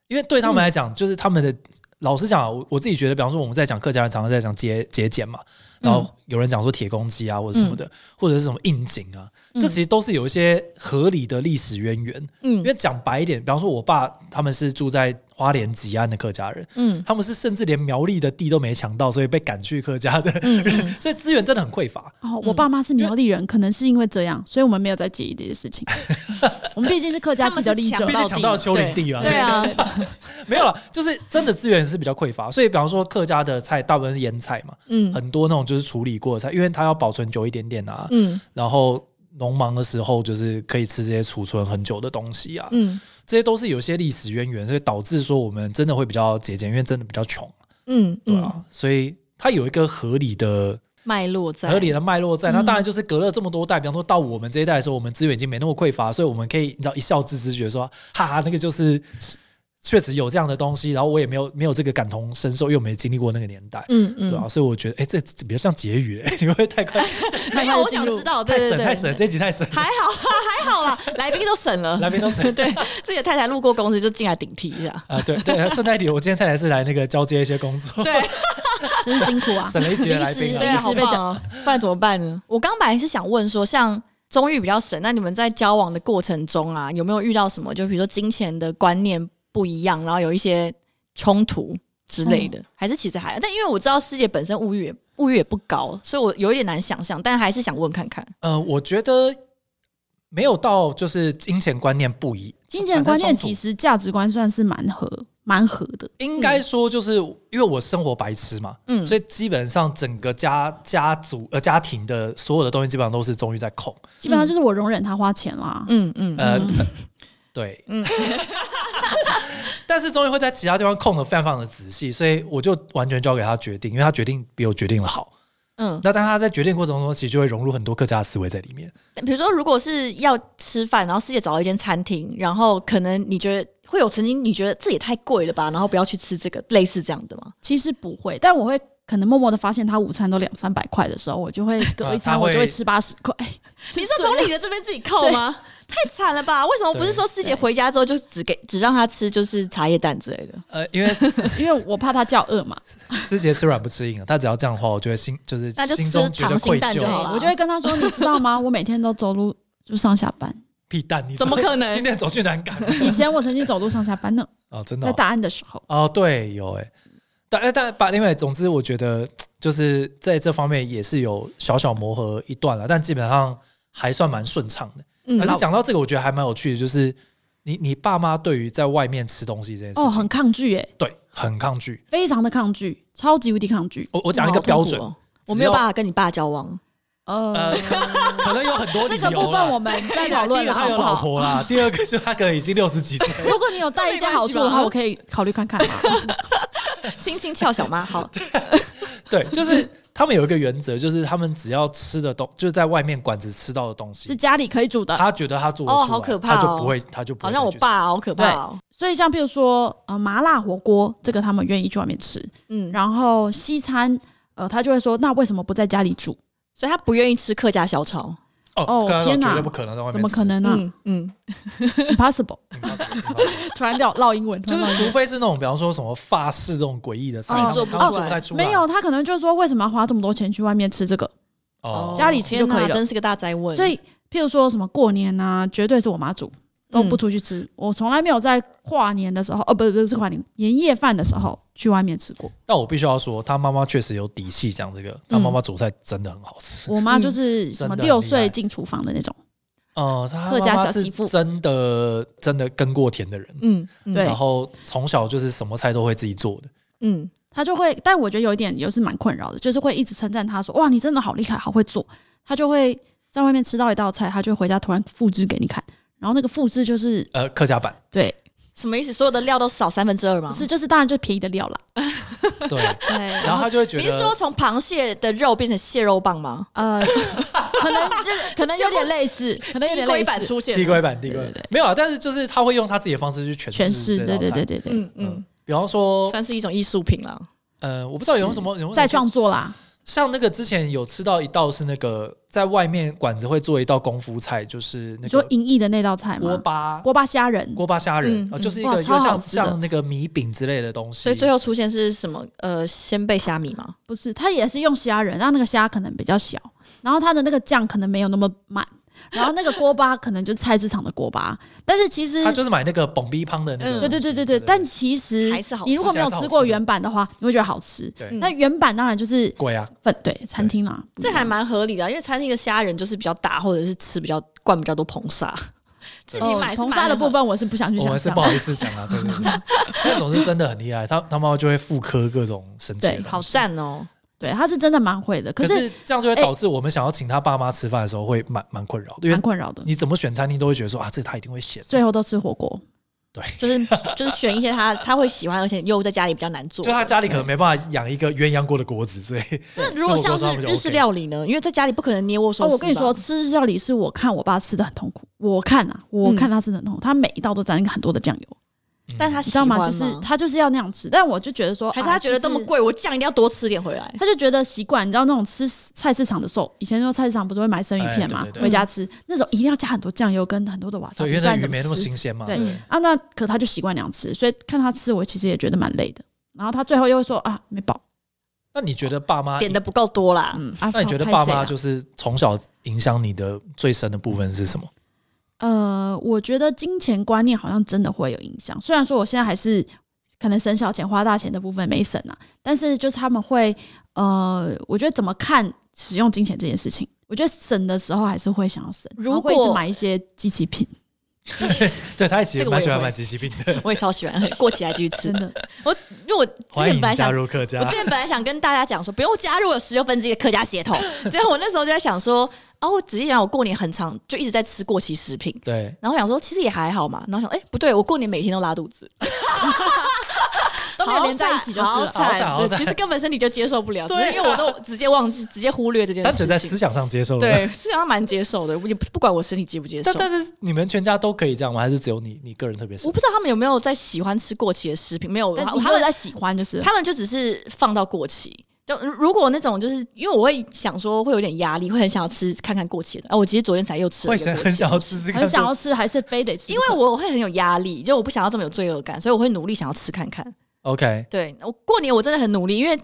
[SPEAKER 1] 因为对他
[SPEAKER 2] 嗯
[SPEAKER 1] 们来讲，就是他们的老实讲啊，我我自己觉得，比方说我们在讲客家人，常常在讲节节俭嘛，然后
[SPEAKER 2] 嗯
[SPEAKER 1] 有人讲说铁公鸡啊，或者什么的，或者是什么应景啊，这其实都是有一些合理的历史渊源。
[SPEAKER 2] 嗯
[SPEAKER 1] 因为讲白一点，比方说我爸他们是住在花莲吉安的客家人，
[SPEAKER 2] 嗯
[SPEAKER 1] 他们是甚至连苗栗的地都没抢到，所以被赶去客家的，
[SPEAKER 2] 嗯嗯，
[SPEAKER 1] (laughs) 所以资源真的很匮乏。
[SPEAKER 3] 哦，我爸妈是苗栗人，可能是因为这样，所以我们没有在介意这
[SPEAKER 2] (laughs)
[SPEAKER 3] 些事情。我们毕竟是客家既得利益
[SPEAKER 2] 他
[SPEAKER 3] 者
[SPEAKER 2] 们
[SPEAKER 1] 毕
[SPEAKER 2] 是，
[SPEAKER 1] 竟抢到丘陵地啊，
[SPEAKER 2] 对啊，
[SPEAKER 1] 没有了，就是真的资源是比较匮乏，所以比方说客家的菜大部分是腌菜嘛，
[SPEAKER 2] 嗯
[SPEAKER 1] 很多那种就是处理过的菜，因为它要保存久一点点啊，
[SPEAKER 2] 嗯
[SPEAKER 1] 然后农忙的时候就是可以吃这些储存很久的东西啊，
[SPEAKER 2] 嗯
[SPEAKER 1] 这些都是有些历史渊源，所以导致说我们真的会比较节俭，因为真的比较穷，
[SPEAKER 2] 嗯
[SPEAKER 1] 对
[SPEAKER 2] 嗯，
[SPEAKER 1] 啊，所以它有一个合理的
[SPEAKER 2] 脉络在
[SPEAKER 1] 合理的脉络在。
[SPEAKER 3] 嗯
[SPEAKER 1] 那当然就是隔了这么多代，比方说到我们这一代的时候，我们资源已经没那么匮乏，所以我们可以你知道一笑置之，觉得说 (laughs) 哈哈，那个就是确实有这样的东西，然后我也没有没有这个感同身受，因为我没经历过那个年代。
[SPEAKER 2] 嗯
[SPEAKER 1] 对
[SPEAKER 2] 嗯
[SPEAKER 1] 啊，，所以我觉得，哎、这这比较像结语、 (laughs) 哎，你会不会太
[SPEAKER 3] (laughs)
[SPEAKER 1] 快、
[SPEAKER 2] 没有，哎我想知道，
[SPEAKER 1] 太
[SPEAKER 2] 对对
[SPEAKER 1] 省、
[SPEAKER 2] 对，
[SPEAKER 1] 太省，这一集太省，
[SPEAKER 2] 还好还好啦，来宾都省了，
[SPEAKER 1] 来宾都省
[SPEAKER 2] (laughs) 对，自己的太太路过公司就进来顶替一下，
[SPEAKER 1] 啊！对对，顺带一提，我今天太太是来那个交接一些工作，
[SPEAKER 2] 对
[SPEAKER 3] 真是
[SPEAKER 2] (laughs)
[SPEAKER 3] 辛 (laughs) 苦啊！
[SPEAKER 1] 省了一节来宾
[SPEAKER 3] 临时
[SPEAKER 1] 啊
[SPEAKER 2] 对啊，
[SPEAKER 3] 临时
[SPEAKER 2] 好
[SPEAKER 3] 被
[SPEAKER 2] 棒哦，不然怎么办呢？我刚本来是想问说，像中玉比较省，那你们在交往的过程中啊，有没有遇到什么，就比如说金钱的观念不一样，然后有一些冲突之类的，还是其实还好？但因为我知道师姐本身物欲也物欲也不高，所以我有一点难想象，但还是想问看看。
[SPEAKER 1] 呃，我觉得没有到就是金钱观念不一，
[SPEAKER 3] 金钱观
[SPEAKER 1] 产生
[SPEAKER 3] 念
[SPEAKER 1] 冲
[SPEAKER 3] 其
[SPEAKER 1] 突
[SPEAKER 3] 实价值观算是蛮合蛮合的，
[SPEAKER 1] 应该说就是因为我生活白痴嘛，
[SPEAKER 2] 嗯
[SPEAKER 1] 所以基本上整个家家族呃家庭的所有的东西基本上都是终于在控，
[SPEAKER 3] 基本上就是我容忍他花钱啦。
[SPEAKER 2] 嗯嗯嗯
[SPEAKER 1] 呃，
[SPEAKER 3] 嗯
[SPEAKER 1] (laughs) 对，
[SPEAKER 2] 嗯
[SPEAKER 1] (laughs) 但是终于会在其他地方控的非常非常的仔细，所以我就完全交给他决定，因为他决定比我决定的好。
[SPEAKER 2] 嗯
[SPEAKER 1] 那但他在决定过程中，其实就会融入很多客家的思维在里面。
[SPEAKER 2] 但比如说如果是要吃饭，然后师姐找了一间餐厅，然后可能你觉得会有曾经你觉得这也太贵了吧，然后不要去吃这个，类似这样的
[SPEAKER 3] (laughs)
[SPEAKER 2] 吗？
[SPEAKER 3] 其实不会，但我会可能默默的发现他午餐都两三百块的时候，我就会
[SPEAKER 2] (laughs)
[SPEAKER 3] 隔一
[SPEAKER 1] 啊
[SPEAKER 3] 餐
[SPEAKER 1] 他
[SPEAKER 3] 我
[SPEAKER 1] 会
[SPEAKER 3] 就会吃八十块。
[SPEAKER 2] 你是从你的这边自己扣吗？太惨了吧！为什么不是说师姐回家之后就只给只让她吃就是茶叶蛋之类的？ (laughs)
[SPEAKER 1] 呃，因为师
[SPEAKER 3] 因为我怕他叫饿嘛，
[SPEAKER 1] 师姐吃软不吃硬啊，她只要这样的话，我就会心就是
[SPEAKER 2] 那就吃
[SPEAKER 1] 心中觉得
[SPEAKER 2] 溏
[SPEAKER 1] 愧
[SPEAKER 2] 心蛋就
[SPEAKER 3] 对
[SPEAKER 1] 疚。
[SPEAKER 2] 好啦
[SPEAKER 3] 我就会跟他说，你知道吗？我每天都走路就上下班，
[SPEAKER 1] 屁蛋，你
[SPEAKER 2] 怎么可
[SPEAKER 1] (laughs)
[SPEAKER 2] 能
[SPEAKER 1] 今天走去南港 (laughs)
[SPEAKER 3] 以前我曾经走路上下班呢，
[SPEAKER 1] 哦，真的
[SPEAKER 3] 在
[SPEAKER 1] 哦
[SPEAKER 3] 大安的时候。
[SPEAKER 1] 哦，对，有哎、但但把另外，总之我觉得就是在这方面也是有小小磨合一段了，但基本上还算蛮顺畅的。
[SPEAKER 2] 嗯，
[SPEAKER 1] 可是讲到这个，我觉得还蛮有趣的，就是你你爸妈对于在外面吃东西这件
[SPEAKER 3] 哦，
[SPEAKER 1] 事情，
[SPEAKER 3] 很抗拒耶，
[SPEAKER 1] 对，很抗拒。
[SPEAKER 3] 非常的抗拒，超级无敌抗拒。
[SPEAKER 1] 我我讲一个标准
[SPEAKER 2] 好，痛苦哦我没有
[SPEAKER 1] 只要
[SPEAKER 2] 办法跟你爸交往。
[SPEAKER 3] 呃
[SPEAKER 1] 呃，，可能有很多理
[SPEAKER 3] (laughs) 这
[SPEAKER 1] 由
[SPEAKER 3] 个部分我
[SPEAKER 1] 啦。
[SPEAKER 3] 们
[SPEAKER 1] 第
[SPEAKER 3] 再
[SPEAKER 1] 一
[SPEAKER 3] 讨论
[SPEAKER 1] 第一 (laughs)
[SPEAKER 3] 了，
[SPEAKER 1] 个他
[SPEAKER 3] 好
[SPEAKER 1] 有
[SPEAKER 3] 不
[SPEAKER 1] 老
[SPEAKER 3] 好？
[SPEAKER 1] 婆啦。第二个就是他可能已经六十几岁，
[SPEAKER 3] 如果你有带一些好处的
[SPEAKER 2] 这没关系
[SPEAKER 3] 话，
[SPEAKER 2] 吧
[SPEAKER 3] 我可以考虑看看嘛。 (laughs)
[SPEAKER 2] 轻轻翘小妈，好，
[SPEAKER 1] 对，就是他们有一个原则，就是他们只要吃的东，就是在外面馆子吃到的东西
[SPEAKER 3] 是，家里可以煮的，
[SPEAKER 1] 他觉得他做得
[SPEAKER 2] 哦
[SPEAKER 1] 出来，
[SPEAKER 2] 好可怕
[SPEAKER 1] 他
[SPEAKER 2] 哦
[SPEAKER 1] 就不会，他就不
[SPEAKER 2] 好
[SPEAKER 1] 会
[SPEAKER 2] 像我
[SPEAKER 1] 再去吃
[SPEAKER 2] 爸好可怕哦。
[SPEAKER 3] 所以像譬如说呃麻辣火锅，这个他们愿意去外面吃，
[SPEAKER 2] 嗯，
[SPEAKER 3] 然后西餐。呃，他就会说，那为什么不在家里煮？
[SPEAKER 2] 所以他不愿意吃客家小炒。
[SPEAKER 1] 哦
[SPEAKER 3] 哦
[SPEAKER 1] 刚刚
[SPEAKER 3] 天哪
[SPEAKER 1] 绝对不可能在外面吃，
[SPEAKER 3] 怎么可能呢、
[SPEAKER 2] 嗯嗯，
[SPEAKER 3] i m p o s s i b l e
[SPEAKER 1] 引号词，引号词
[SPEAKER 3] (laughs) 突然掉绕英文，
[SPEAKER 1] (laughs) 就
[SPEAKER 3] 突然
[SPEAKER 1] 是
[SPEAKER 3] 绕
[SPEAKER 1] 除
[SPEAKER 3] 英
[SPEAKER 1] 非是那种，比方说什么法式这种诡异的菜，
[SPEAKER 3] 自己
[SPEAKER 1] 他
[SPEAKER 2] 哦做
[SPEAKER 1] 们
[SPEAKER 2] 不
[SPEAKER 1] 他们
[SPEAKER 2] 出
[SPEAKER 1] 做不
[SPEAKER 2] 来
[SPEAKER 1] 太出
[SPEAKER 3] 文
[SPEAKER 1] 来。
[SPEAKER 3] 没有，他可能就是说为什么要花这么多钱去外面吃这个？
[SPEAKER 1] 哦，
[SPEAKER 3] 家里吃就
[SPEAKER 2] 天
[SPEAKER 3] 可以
[SPEAKER 2] 哪
[SPEAKER 3] 了
[SPEAKER 2] 真是个大灾问。
[SPEAKER 3] 所以，譬如说什么过年啊，绝对是我妈煮，都
[SPEAKER 1] 嗯
[SPEAKER 2] 嗯
[SPEAKER 3] 不出去吃。我从来没有在跨年的时候，哦，不不不是跨年，年夜饭的时候去外面吃过。
[SPEAKER 1] 但我必须要说，他妈妈确实有底气讲这个，他妈妈煮菜真的很好吃。
[SPEAKER 3] 我妈就是什
[SPEAKER 1] 真的
[SPEAKER 3] 么
[SPEAKER 1] 很厉害
[SPEAKER 3] 六岁进厨房的那种，
[SPEAKER 1] 哦，他
[SPEAKER 3] 客家
[SPEAKER 1] 妈妈
[SPEAKER 3] 小
[SPEAKER 1] 是
[SPEAKER 3] 媳妇
[SPEAKER 1] 真的真的耕过田的人，
[SPEAKER 2] 嗯，嗯，
[SPEAKER 3] 对
[SPEAKER 1] 然后从小就是什么菜都会自己做的。
[SPEAKER 2] 嗯，
[SPEAKER 3] 她就会。但我觉得有一点也是蛮困扰的，就是会一直称赞她说：“哇，你真的好厉害，好会做。”她就会在外面吃到一道菜，她就会回家突然复制给你看，然后那个复制就是
[SPEAKER 1] 呃，客
[SPEAKER 3] (laughs)
[SPEAKER 1] 家版，
[SPEAKER 3] 对，
[SPEAKER 2] 什么意思？所有的料都少三分之二吗？
[SPEAKER 3] 不是就是当然就是便宜的料啦。
[SPEAKER 1] 啊对，
[SPEAKER 3] 对，
[SPEAKER 1] 然
[SPEAKER 3] 然
[SPEAKER 1] 后他就会觉
[SPEAKER 2] 你是说
[SPEAKER 1] 得，
[SPEAKER 2] 从螃蟹的肉变成蟹肉棒吗？
[SPEAKER 3] 呃，可能就是可能有点
[SPEAKER 1] (laughs)
[SPEAKER 3] 类似，可能有
[SPEAKER 2] 低
[SPEAKER 3] 点
[SPEAKER 2] 规
[SPEAKER 3] 类
[SPEAKER 2] 版
[SPEAKER 3] 似。
[SPEAKER 2] 出现了，
[SPEAKER 1] 低规版，低规
[SPEAKER 3] 对
[SPEAKER 1] 版
[SPEAKER 3] 对对
[SPEAKER 1] 没有啊，但是就是他会用他自己的方式去诠
[SPEAKER 3] 全
[SPEAKER 1] 释
[SPEAKER 3] 是
[SPEAKER 1] 这道
[SPEAKER 3] 对
[SPEAKER 1] 菜。
[SPEAKER 3] 对对对对，
[SPEAKER 2] 嗯嗯，
[SPEAKER 1] 比方说，
[SPEAKER 2] 算是一种艺术品了。
[SPEAKER 1] 呃，我不知道有没有什么有没有
[SPEAKER 3] 再
[SPEAKER 1] 什么
[SPEAKER 3] 创作啦，
[SPEAKER 1] 像那个之前有吃到一道是那个在外面馆子会做一道功夫菜，就是
[SPEAKER 3] 你
[SPEAKER 1] 那
[SPEAKER 3] 说
[SPEAKER 1] 个
[SPEAKER 3] 银翼的那道菜
[SPEAKER 1] 锅
[SPEAKER 3] 吗？
[SPEAKER 1] 巴
[SPEAKER 3] 锅巴虾仁，
[SPEAKER 1] 锅巴虾仁
[SPEAKER 2] 嗯，
[SPEAKER 1] 啊
[SPEAKER 2] 嗯
[SPEAKER 1] 就是一
[SPEAKER 3] 哇
[SPEAKER 1] 个又
[SPEAKER 3] 超好
[SPEAKER 1] 像
[SPEAKER 3] 吃的
[SPEAKER 1] 像那个米饼之类的东西。
[SPEAKER 2] 所以最后出现是什么？呃，鲜贝虾米吗？
[SPEAKER 3] 不是，它也是用虾仁，但那个虾可能比较小，然后它的那个酱可能没有那么满，然后那个锅巴可能就是菜市场的锅巴，但是其实
[SPEAKER 1] 他就是买那个蹦逼汤的那个
[SPEAKER 2] 嗯
[SPEAKER 1] 东
[SPEAKER 3] 对
[SPEAKER 1] 西，
[SPEAKER 3] 对对对对，但其实
[SPEAKER 2] 还是好吃嗯
[SPEAKER 3] 你如果没有吃过原版的话，你会觉得好吃。
[SPEAKER 1] 对
[SPEAKER 3] 那原版当然就是
[SPEAKER 1] 贵啊，
[SPEAKER 3] 粉对餐厅啦，嗯
[SPEAKER 2] 这还蛮合理的啊、因为餐厅的虾仁就是比较大，或者是吃比较灌比较多硼砂， (laughs) 自
[SPEAKER 1] 对
[SPEAKER 2] 己
[SPEAKER 3] 哦
[SPEAKER 2] 买是
[SPEAKER 3] 红
[SPEAKER 2] 蛮
[SPEAKER 3] 沙的
[SPEAKER 2] 合
[SPEAKER 3] 部分我是不想去
[SPEAKER 1] 我
[SPEAKER 3] 想
[SPEAKER 1] 们是
[SPEAKER 3] 象
[SPEAKER 1] 不。好意思讲啊，对对
[SPEAKER 3] (laughs)
[SPEAKER 1] 对。但总之真的很厉害，他他妈妈就会复刻各种神奇的
[SPEAKER 3] 对
[SPEAKER 1] 东西
[SPEAKER 2] 好。赞哦！
[SPEAKER 3] 对，它是真的蛮会的，可
[SPEAKER 1] 可
[SPEAKER 3] 是哎
[SPEAKER 1] 是这样就会导致我们想要请他爸妈吃饭的时候会蛮蛮困扰的，因
[SPEAKER 3] 蛮
[SPEAKER 1] 为
[SPEAKER 3] 困扰的，
[SPEAKER 1] 你怎么选餐厅都会觉得说啊，这他一定会咸，
[SPEAKER 3] 最后都吃火锅。
[SPEAKER 2] 就是就是选一些他他会喜欢，而且又在家里比较难做
[SPEAKER 1] 就。他家里可能没办法养一个鸳鸯锅的锅子，所以 (laughs)
[SPEAKER 2] 那如果像是日式料理呢？因为在家里不可能捏握手。
[SPEAKER 3] 哦，我跟你说，，吃料理是我看我爸吃的很痛苦，我看啊，我看他吃的很痛苦，他每一道都沾很多的酱油。
[SPEAKER 1] 嗯
[SPEAKER 2] 但他
[SPEAKER 3] 你
[SPEAKER 2] 喜
[SPEAKER 3] 知道
[SPEAKER 2] 欢
[SPEAKER 3] 吗？就是他就是要那样吃，但我就觉得说，
[SPEAKER 2] 还是他
[SPEAKER 3] 啊
[SPEAKER 2] 觉得这么，
[SPEAKER 3] 就是
[SPEAKER 2] 贵，我酱一定要多吃点回来。
[SPEAKER 3] 他就觉得习惯。你知道那种吃菜市场的时候，以前说菜市场不是会买生鱼片
[SPEAKER 1] 哎
[SPEAKER 3] 嘛
[SPEAKER 1] 对，对对
[SPEAKER 3] 回家吃那种一定要加很多酱油跟很多的瓦萨
[SPEAKER 1] 对，
[SPEAKER 3] 比，
[SPEAKER 1] 因为
[SPEAKER 3] 不
[SPEAKER 1] 那
[SPEAKER 3] 然
[SPEAKER 1] 鱼
[SPEAKER 3] 怎么
[SPEAKER 1] 没那么
[SPEAKER 3] 吃
[SPEAKER 1] 新鲜嘛。
[SPEAKER 2] 哦
[SPEAKER 3] 对
[SPEAKER 1] 对
[SPEAKER 3] 啊？那可他就习惯那样吃，所以看他吃，我其实也觉得蛮累的。然后他最后又会说啊，没饱，
[SPEAKER 1] 那你觉得爸妈？
[SPEAKER 2] 点的不够多啦，
[SPEAKER 3] 嗯啊，
[SPEAKER 1] 那你觉得
[SPEAKER 3] 好
[SPEAKER 1] 爸
[SPEAKER 3] 拍谁
[SPEAKER 1] 妈
[SPEAKER 3] 啊
[SPEAKER 1] 就是从小影响你的最深的部分是什么？
[SPEAKER 2] 嗯
[SPEAKER 3] 呃，我觉得金钱观念好像真的会有影响。虽然说我现在还是可能省小钱花大钱的部分没省啊，但是就是他们会呃，我觉得怎么看使用金钱这件事情，我觉得省的时候还是会想要省，
[SPEAKER 2] 如
[SPEAKER 3] 然后会一直
[SPEAKER 2] 果
[SPEAKER 3] 买一些机
[SPEAKER 2] (laughs)
[SPEAKER 3] 器品，
[SPEAKER 1] 对他其
[SPEAKER 2] 这
[SPEAKER 1] 实
[SPEAKER 2] 个我也
[SPEAKER 1] 蛮喜欢
[SPEAKER 2] 会
[SPEAKER 1] 买机器饼的，
[SPEAKER 2] 我也超喜欢， (laughs) 过期还继续
[SPEAKER 3] 真
[SPEAKER 2] 吃。
[SPEAKER 3] 的
[SPEAKER 2] 我因为我之 (laughs)
[SPEAKER 1] 欢
[SPEAKER 2] 前本来
[SPEAKER 1] 迎加
[SPEAKER 2] 想
[SPEAKER 1] 入客家
[SPEAKER 2] 我之。前本来想跟大家讲说，不用加入有十六分之一的客家血统。 (laughs) 结果我那时候就在想说，啊，我仔细想，我过年很长，就一直在吃过期食品。
[SPEAKER 1] 对，
[SPEAKER 2] 然后想说，其实也还好嘛。然后想，哎、不对，我过年每天都拉肚子，
[SPEAKER 3] 都没有连在一起就是
[SPEAKER 2] 好
[SPEAKER 3] 了。
[SPEAKER 1] 好惨
[SPEAKER 2] 惨。
[SPEAKER 1] 好
[SPEAKER 2] 对
[SPEAKER 1] 惨
[SPEAKER 2] 其实根本身体就接受不了，只
[SPEAKER 1] 对啊
[SPEAKER 2] 是因为我都直接忘记，直接忽略这件
[SPEAKER 1] 单
[SPEAKER 2] 事
[SPEAKER 1] 纯在思
[SPEAKER 2] 情。
[SPEAKER 1] 想上接受了。，
[SPEAKER 2] 对，是上蛮接受的，我也不不管我身体接不接受
[SPEAKER 1] 但。但是你们全家都可以这样吗？还是只有你你个人特别
[SPEAKER 2] 我
[SPEAKER 1] 深？
[SPEAKER 2] 不知道他们有没有在喜欢吃过期的食品，没有，
[SPEAKER 3] 但
[SPEAKER 2] 他
[SPEAKER 3] 你
[SPEAKER 2] 他
[SPEAKER 3] 没有
[SPEAKER 2] 们
[SPEAKER 3] 在喜欢就是了
[SPEAKER 2] 他们就只是放到过期。就如如果那种，就是因为我会想说会有点压力，会很想要吃看看过期的。啊，我其实昨天才又吃了
[SPEAKER 1] 会
[SPEAKER 2] 一
[SPEAKER 1] 想
[SPEAKER 2] 个过
[SPEAKER 1] 很
[SPEAKER 2] 期的
[SPEAKER 1] 想要吃这个，
[SPEAKER 3] 很想要吃，还是非得吃
[SPEAKER 2] 因
[SPEAKER 3] 不可，
[SPEAKER 2] 为我会很有压力，就我不想要这么有罪恶感，所以我会努力想要吃看看。
[SPEAKER 1] OK，
[SPEAKER 2] 对我过年我真的很努力，因为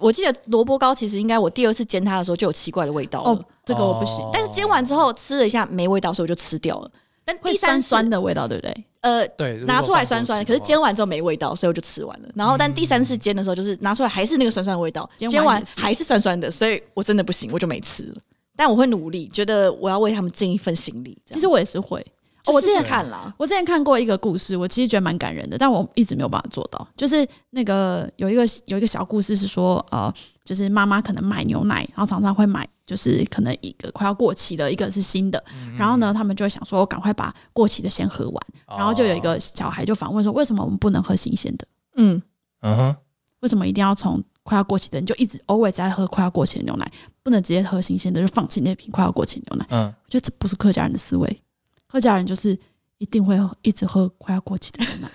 [SPEAKER 2] 我记得萝卜糕其实应该我第二次煎它的时候就有奇怪的味道了，
[SPEAKER 3] 哦，这个我不行，
[SPEAKER 1] 哦
[SPEAKER 2] 但是煎完之后吃了一下没味道，所以我就吃掉了。但
[SPEAKER 3] 会
[SPEAKER 2] 第三
[SPEAKER 3] 酸
[SPEAKER 2] 次
[SPEAKER 3] 酸的味道，对不对？
[SPEAKER 2] 呃
[SPEAKER 1] 对
[SPEAKER 2] 拿出来酸酸的，可是煎完之后没味道，所以我就吃完了。然后，但
[SPEAKER 1] 嗯
[SPEAKER 2] 第三次煎的时候，就是拿出来还是那个酸酸的味道，
[SPEAKER 3] 煎
[SPEAKER 2] 煎
[SPEAKER 3] 完
[SPEAKER 2] 完
[SPEAKER 3] 也是
[SPEAKER 2] 还是酸酸的，所以我真的不行，我就没吃了。但我会努力，觉得我要为他们尽一份心力。哦
[SPEAKER 3] 其实我也是会，
[SPEAKER 2] 这样
[SPEAKER 3] 我
[SPEAKER 2] 就
[SPEAKER 3] 之前
[SPEAKER 2] 试试看啦，
[SPEAKER 3] 我之前看过一个故事，我其实觉得蛮感人的，但我一直没有办法做到。就是那个有一个有一个小故事是说，呃，就是妈妈可能买牛奶，然后常常会买，就是可能一个快要过期的，一个是新的，
[SPEAKER 1] 嗯
[SPEAKER 3] 然后呢，他们就会想说，我赶快把过期的先喝完。
[SPEAKER 1] 哦
[SPEAKER 3] 然后就有一个小孩就反问说，为什么我们不能喝新鲜的？
[SPEAKER 2] 嗯，
[SPEAKER 1] 嗯哼，
[SPEAKER 3] 为什么一定要从快要过期的？你就一直 always 在喝快要过期的牛奶，不能直接喝新鲜的，就放弃那瓶快要过期的牛奶。
[SPEAKER 1] 嗯，
[SPEAKER 3] 我觉得这不是客家人的思维，客家人就是一定会一直喝快要过期的牛奶。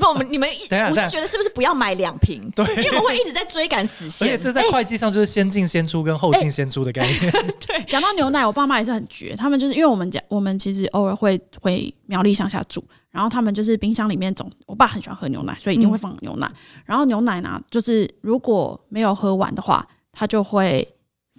[SPEAKER 2] 不，我们你们一
[SPEAKER 1] 等一下等
[SPEAKER 2] 我是
[SPEAKER 1] 一下
[SPEAKER 2] 觉得是不是不要买两瓶？
[SPEAKER 1] 对
[SPEAKER 2] 因为我们会一直在追赶死
[SPEAKER 1] 而且
[SPEAKER 2] 线。
[SPEAKER 1] 这在会计上就是先进先出跟后进先出的概念。
[SPEAKER 3] 讲到牛奶，我爸妈也是很绝，他们就是因为我们家我们其实偶尔会回苗栗乡下住，然后他们就是冰箱里面总我爸很喜欢喝牛奶，所以一定会放牛奶。然后牛奶呢，就是如果没有喝完的话，他就会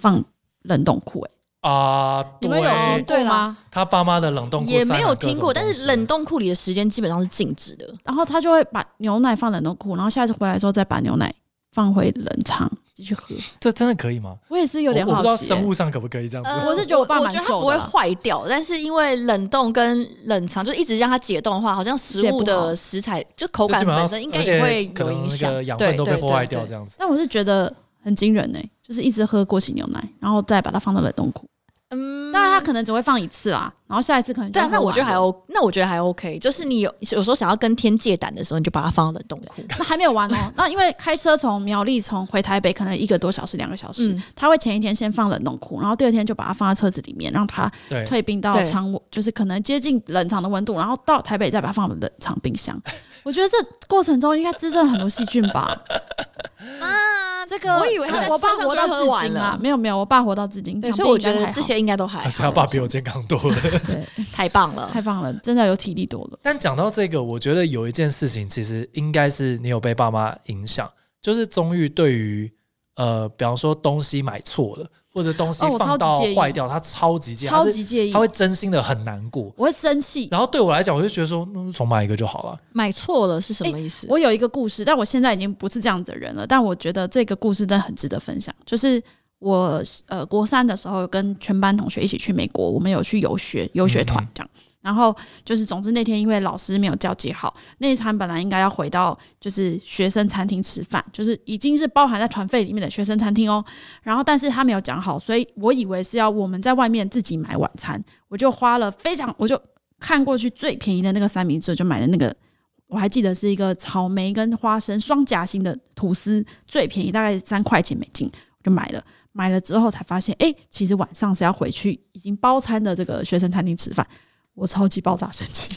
[SPEAKER 3] 放冷冻库。哎，
[SPEAKER 1] 啊、
[SPEAKER 3] 你们有
[SPEAKER 1] 对，
[SPEAKER 3] 听过
[SPEAKER 2] 对
[SPEAKER 3] 吗
[SPEAKER 2] 啦？
[SPEAKER 1] 他爸妈的冷冻库
[SPEAKER 2] 也
[SPEAKER 1] 塞
[SPEAKER 2] 没有
[SPEAKER 1] 满各种
[SPEAKER 2] 听过，但
[SPEAKER 1] 东
[SPEAKER 2] 是
[SPEAKER 1] 西
[SPEAKER 2] 冷冻库里的时间基本上是静止的。
[SPEAKER 3] 然后他就会把牛奶放冷冻库，然后下次回来之后再把牛奶放回冷藏继续喝。
[SPEAKER 1] 这真的可以吗？
[SPEAKER 3] 我也是有点
[SPEAKER 1] 我我
[SPEAKER 3] 好
[SPEAKER 1] 不知道
[SPEAKER 3] 奇、欸
[SPEAKER 1] 生物上可不可以这样子。
[SPEAKER 2] 呃
[SPEAKER 3] 我是觉得我爸
[SPEAKER 2] 我
[SPEAKER 3] 蛮
[SPEAKER 2] 觉得它
[SPEAKER 3] 瘦
[SPEAKER 2] 不
[SPEAKER 3] 的
[SPEAKER 2] 会
[SPEAKER 3] 啊
[SPEAKER 2] 坏掉，但是因为冷冻跟冷藏，就一直让它解冻的话，好像食
[SPEAKER 3] 解
[SPEAKER 2] 物
[SPEAKER 3] 不
[SPEAKER 2] 的
[SPEAKER 3] 好
[SPEAKER 2] 食材就口
[SPEAKER 1] 就
[SPEAKER 2] 感
[SPEAKER 1] 基本上
[SPEAKER 2] 本身应该也会
[SPEAKER 1] 而且可
[SPEAKER 2] 有
[SPEAKER 1] 能
[SPEAKER 2] 影
[SPEAKER 1] 那
[SPEAKER 2] 响
[SPEAKER 1] 个，养
[SPEAKER 2] 对
[SPEAKER 1] 分都被
[SPEAKER 2] 对
[SPEAKER 1] 破
[SPEAKER 2] 对
[SPEAKER 1] 坏掉
[SPEAKER 2] 对
[SPEAKER 1] 这样子。
[SPEAKER 3] 但我是觉得很惊人呢、欸就是一直喝过期牛奶，然后再把它放到冷冻库。
[SPEAKER 2] 嗯，
[SPEAKER 3] 当然，他可能只会放一次啦，然后下一次可能就
[SPEAKER 2] 对啊，那我觉得
[SPEAKER 3] 喝
[SPEAKER 2] 还
[SPEAKER 3] 完了
[SPEAKER 2] O，那我觉得还 OK。就是你有有时候想要跟天借胆的时候，你就把它放到冷冻库。
[SPEAKER 3] 那还没有完哦。那因为开车从苗栗从回台北可能一个多小时、两个小时，
[SPEAKER 2] 嗯
[SPEAKER 3] 他会前一天先放冷冻库，然后第二天就把它放在车子里面，让它
[SPEAKER 1] 对，
[SPEAKER 3] 退冰到
[SPEAKER 2] 对
[SPEAKER 3] 常温，就是可能接近冷藏的温度，然后到台北再把它放冷藏冰箱。我觉得这过程中应该滋生了很多细菌
[SPEAKER 2] (laughs)
[SPEAKER 3] 吧。
[SPEAKER 2] 啊，
[SPEAKER 3] 这个
[SPEAKER 2] 我以为他在
[SPEAKER 3] 我爸
[SPEAKER 2] 车上
[SPEAKER 3] 活到
[SPEAKER 2] 就喝
[SPEAKER 3] 至
[SPEAKER 2] 完
[SPEAKER 3] 今啊
[SPEAKER 2] 了，
[SPEAKER 3] 没有没有，我爸活到至今，
[SPEAKER 2] 对，
[SPEAKER 3] 想
[SPEAKER 2] 所以
[SPEAKER 3] 必
[SPEAKER 2] 我
[SPEAKER 3] 应该
[SPEAKER 2] 觉得
[SPEAKER 3] 还
[SPEAKER 2] 这
[SPEAKER 3] 好
[SPEAKER 2] 些应该都还
[SPEAKER 1] 而且
[SPEAKER 2] 哎好
[SPEAKER 1] 他啊爸比我健康多
[SPEAKER 2] (laughs)
[SPEAKER 1] 了。
[SPEAKER 3] 对
[SPEAKER 2] 太棒
[SPEAKER 3] (laughs)
[SPEAKER 2] 了。
[SPEAKER 3] 太棒了，真的有体力多了。
[SPEAKER 1] 但讲到这个，我觉得有一件事情，其实应该是你有被爸妈影响，就是宗玉对于呃，比方说东西买错了，或者东西
[SPEAKER 3] 哦我超
[SPEAKER 1] 放
[SPEAKER 3] 级
[SPEAKER 1] 到
[SPEAKER 3] 介意
[SPEAKER 1] 坏掉，他超级介意，
[SPEAKER 3] 超
[SPEAKER 1] 他是
[SPEAKER 3] 级介意
[SPEAKER 1] 他，会真心的很难过。
[SPEAKER 3] 我会生气。
[SPEAKER 1] 然后对我来讲，我就觉得说，嗯，重买一个就好了。
[SPEAKER 2] 买错了是什么意思？
[SPEAKER 3] 我有一个故事，但我现在已经不是这样的人了。但我觉得这个故事真的很值得分享。就是我呃国三的时候，跟全班同学一起去美国，我们有去游学游学团这样。然后就是，总之那天因为老师没有交接好，那一餐本来应该要回到就是学生餐厅吃饭，就是已经是包含在团费里面的学生餐厅哦。然后但是他没有讲好，所以我以为是要我们在外面自己买晚餐，我就花了非常，我就看过去最便宜的那个三明治，我就买了那个我还记得是一个草莓跟花生双夹心的吐司，最便宜大概三块钱美金，我就买了。买了之后才发现，哎、其实晚上是要回去已经包餐的这个学生餐厅吃饭，我超级爆炸生气。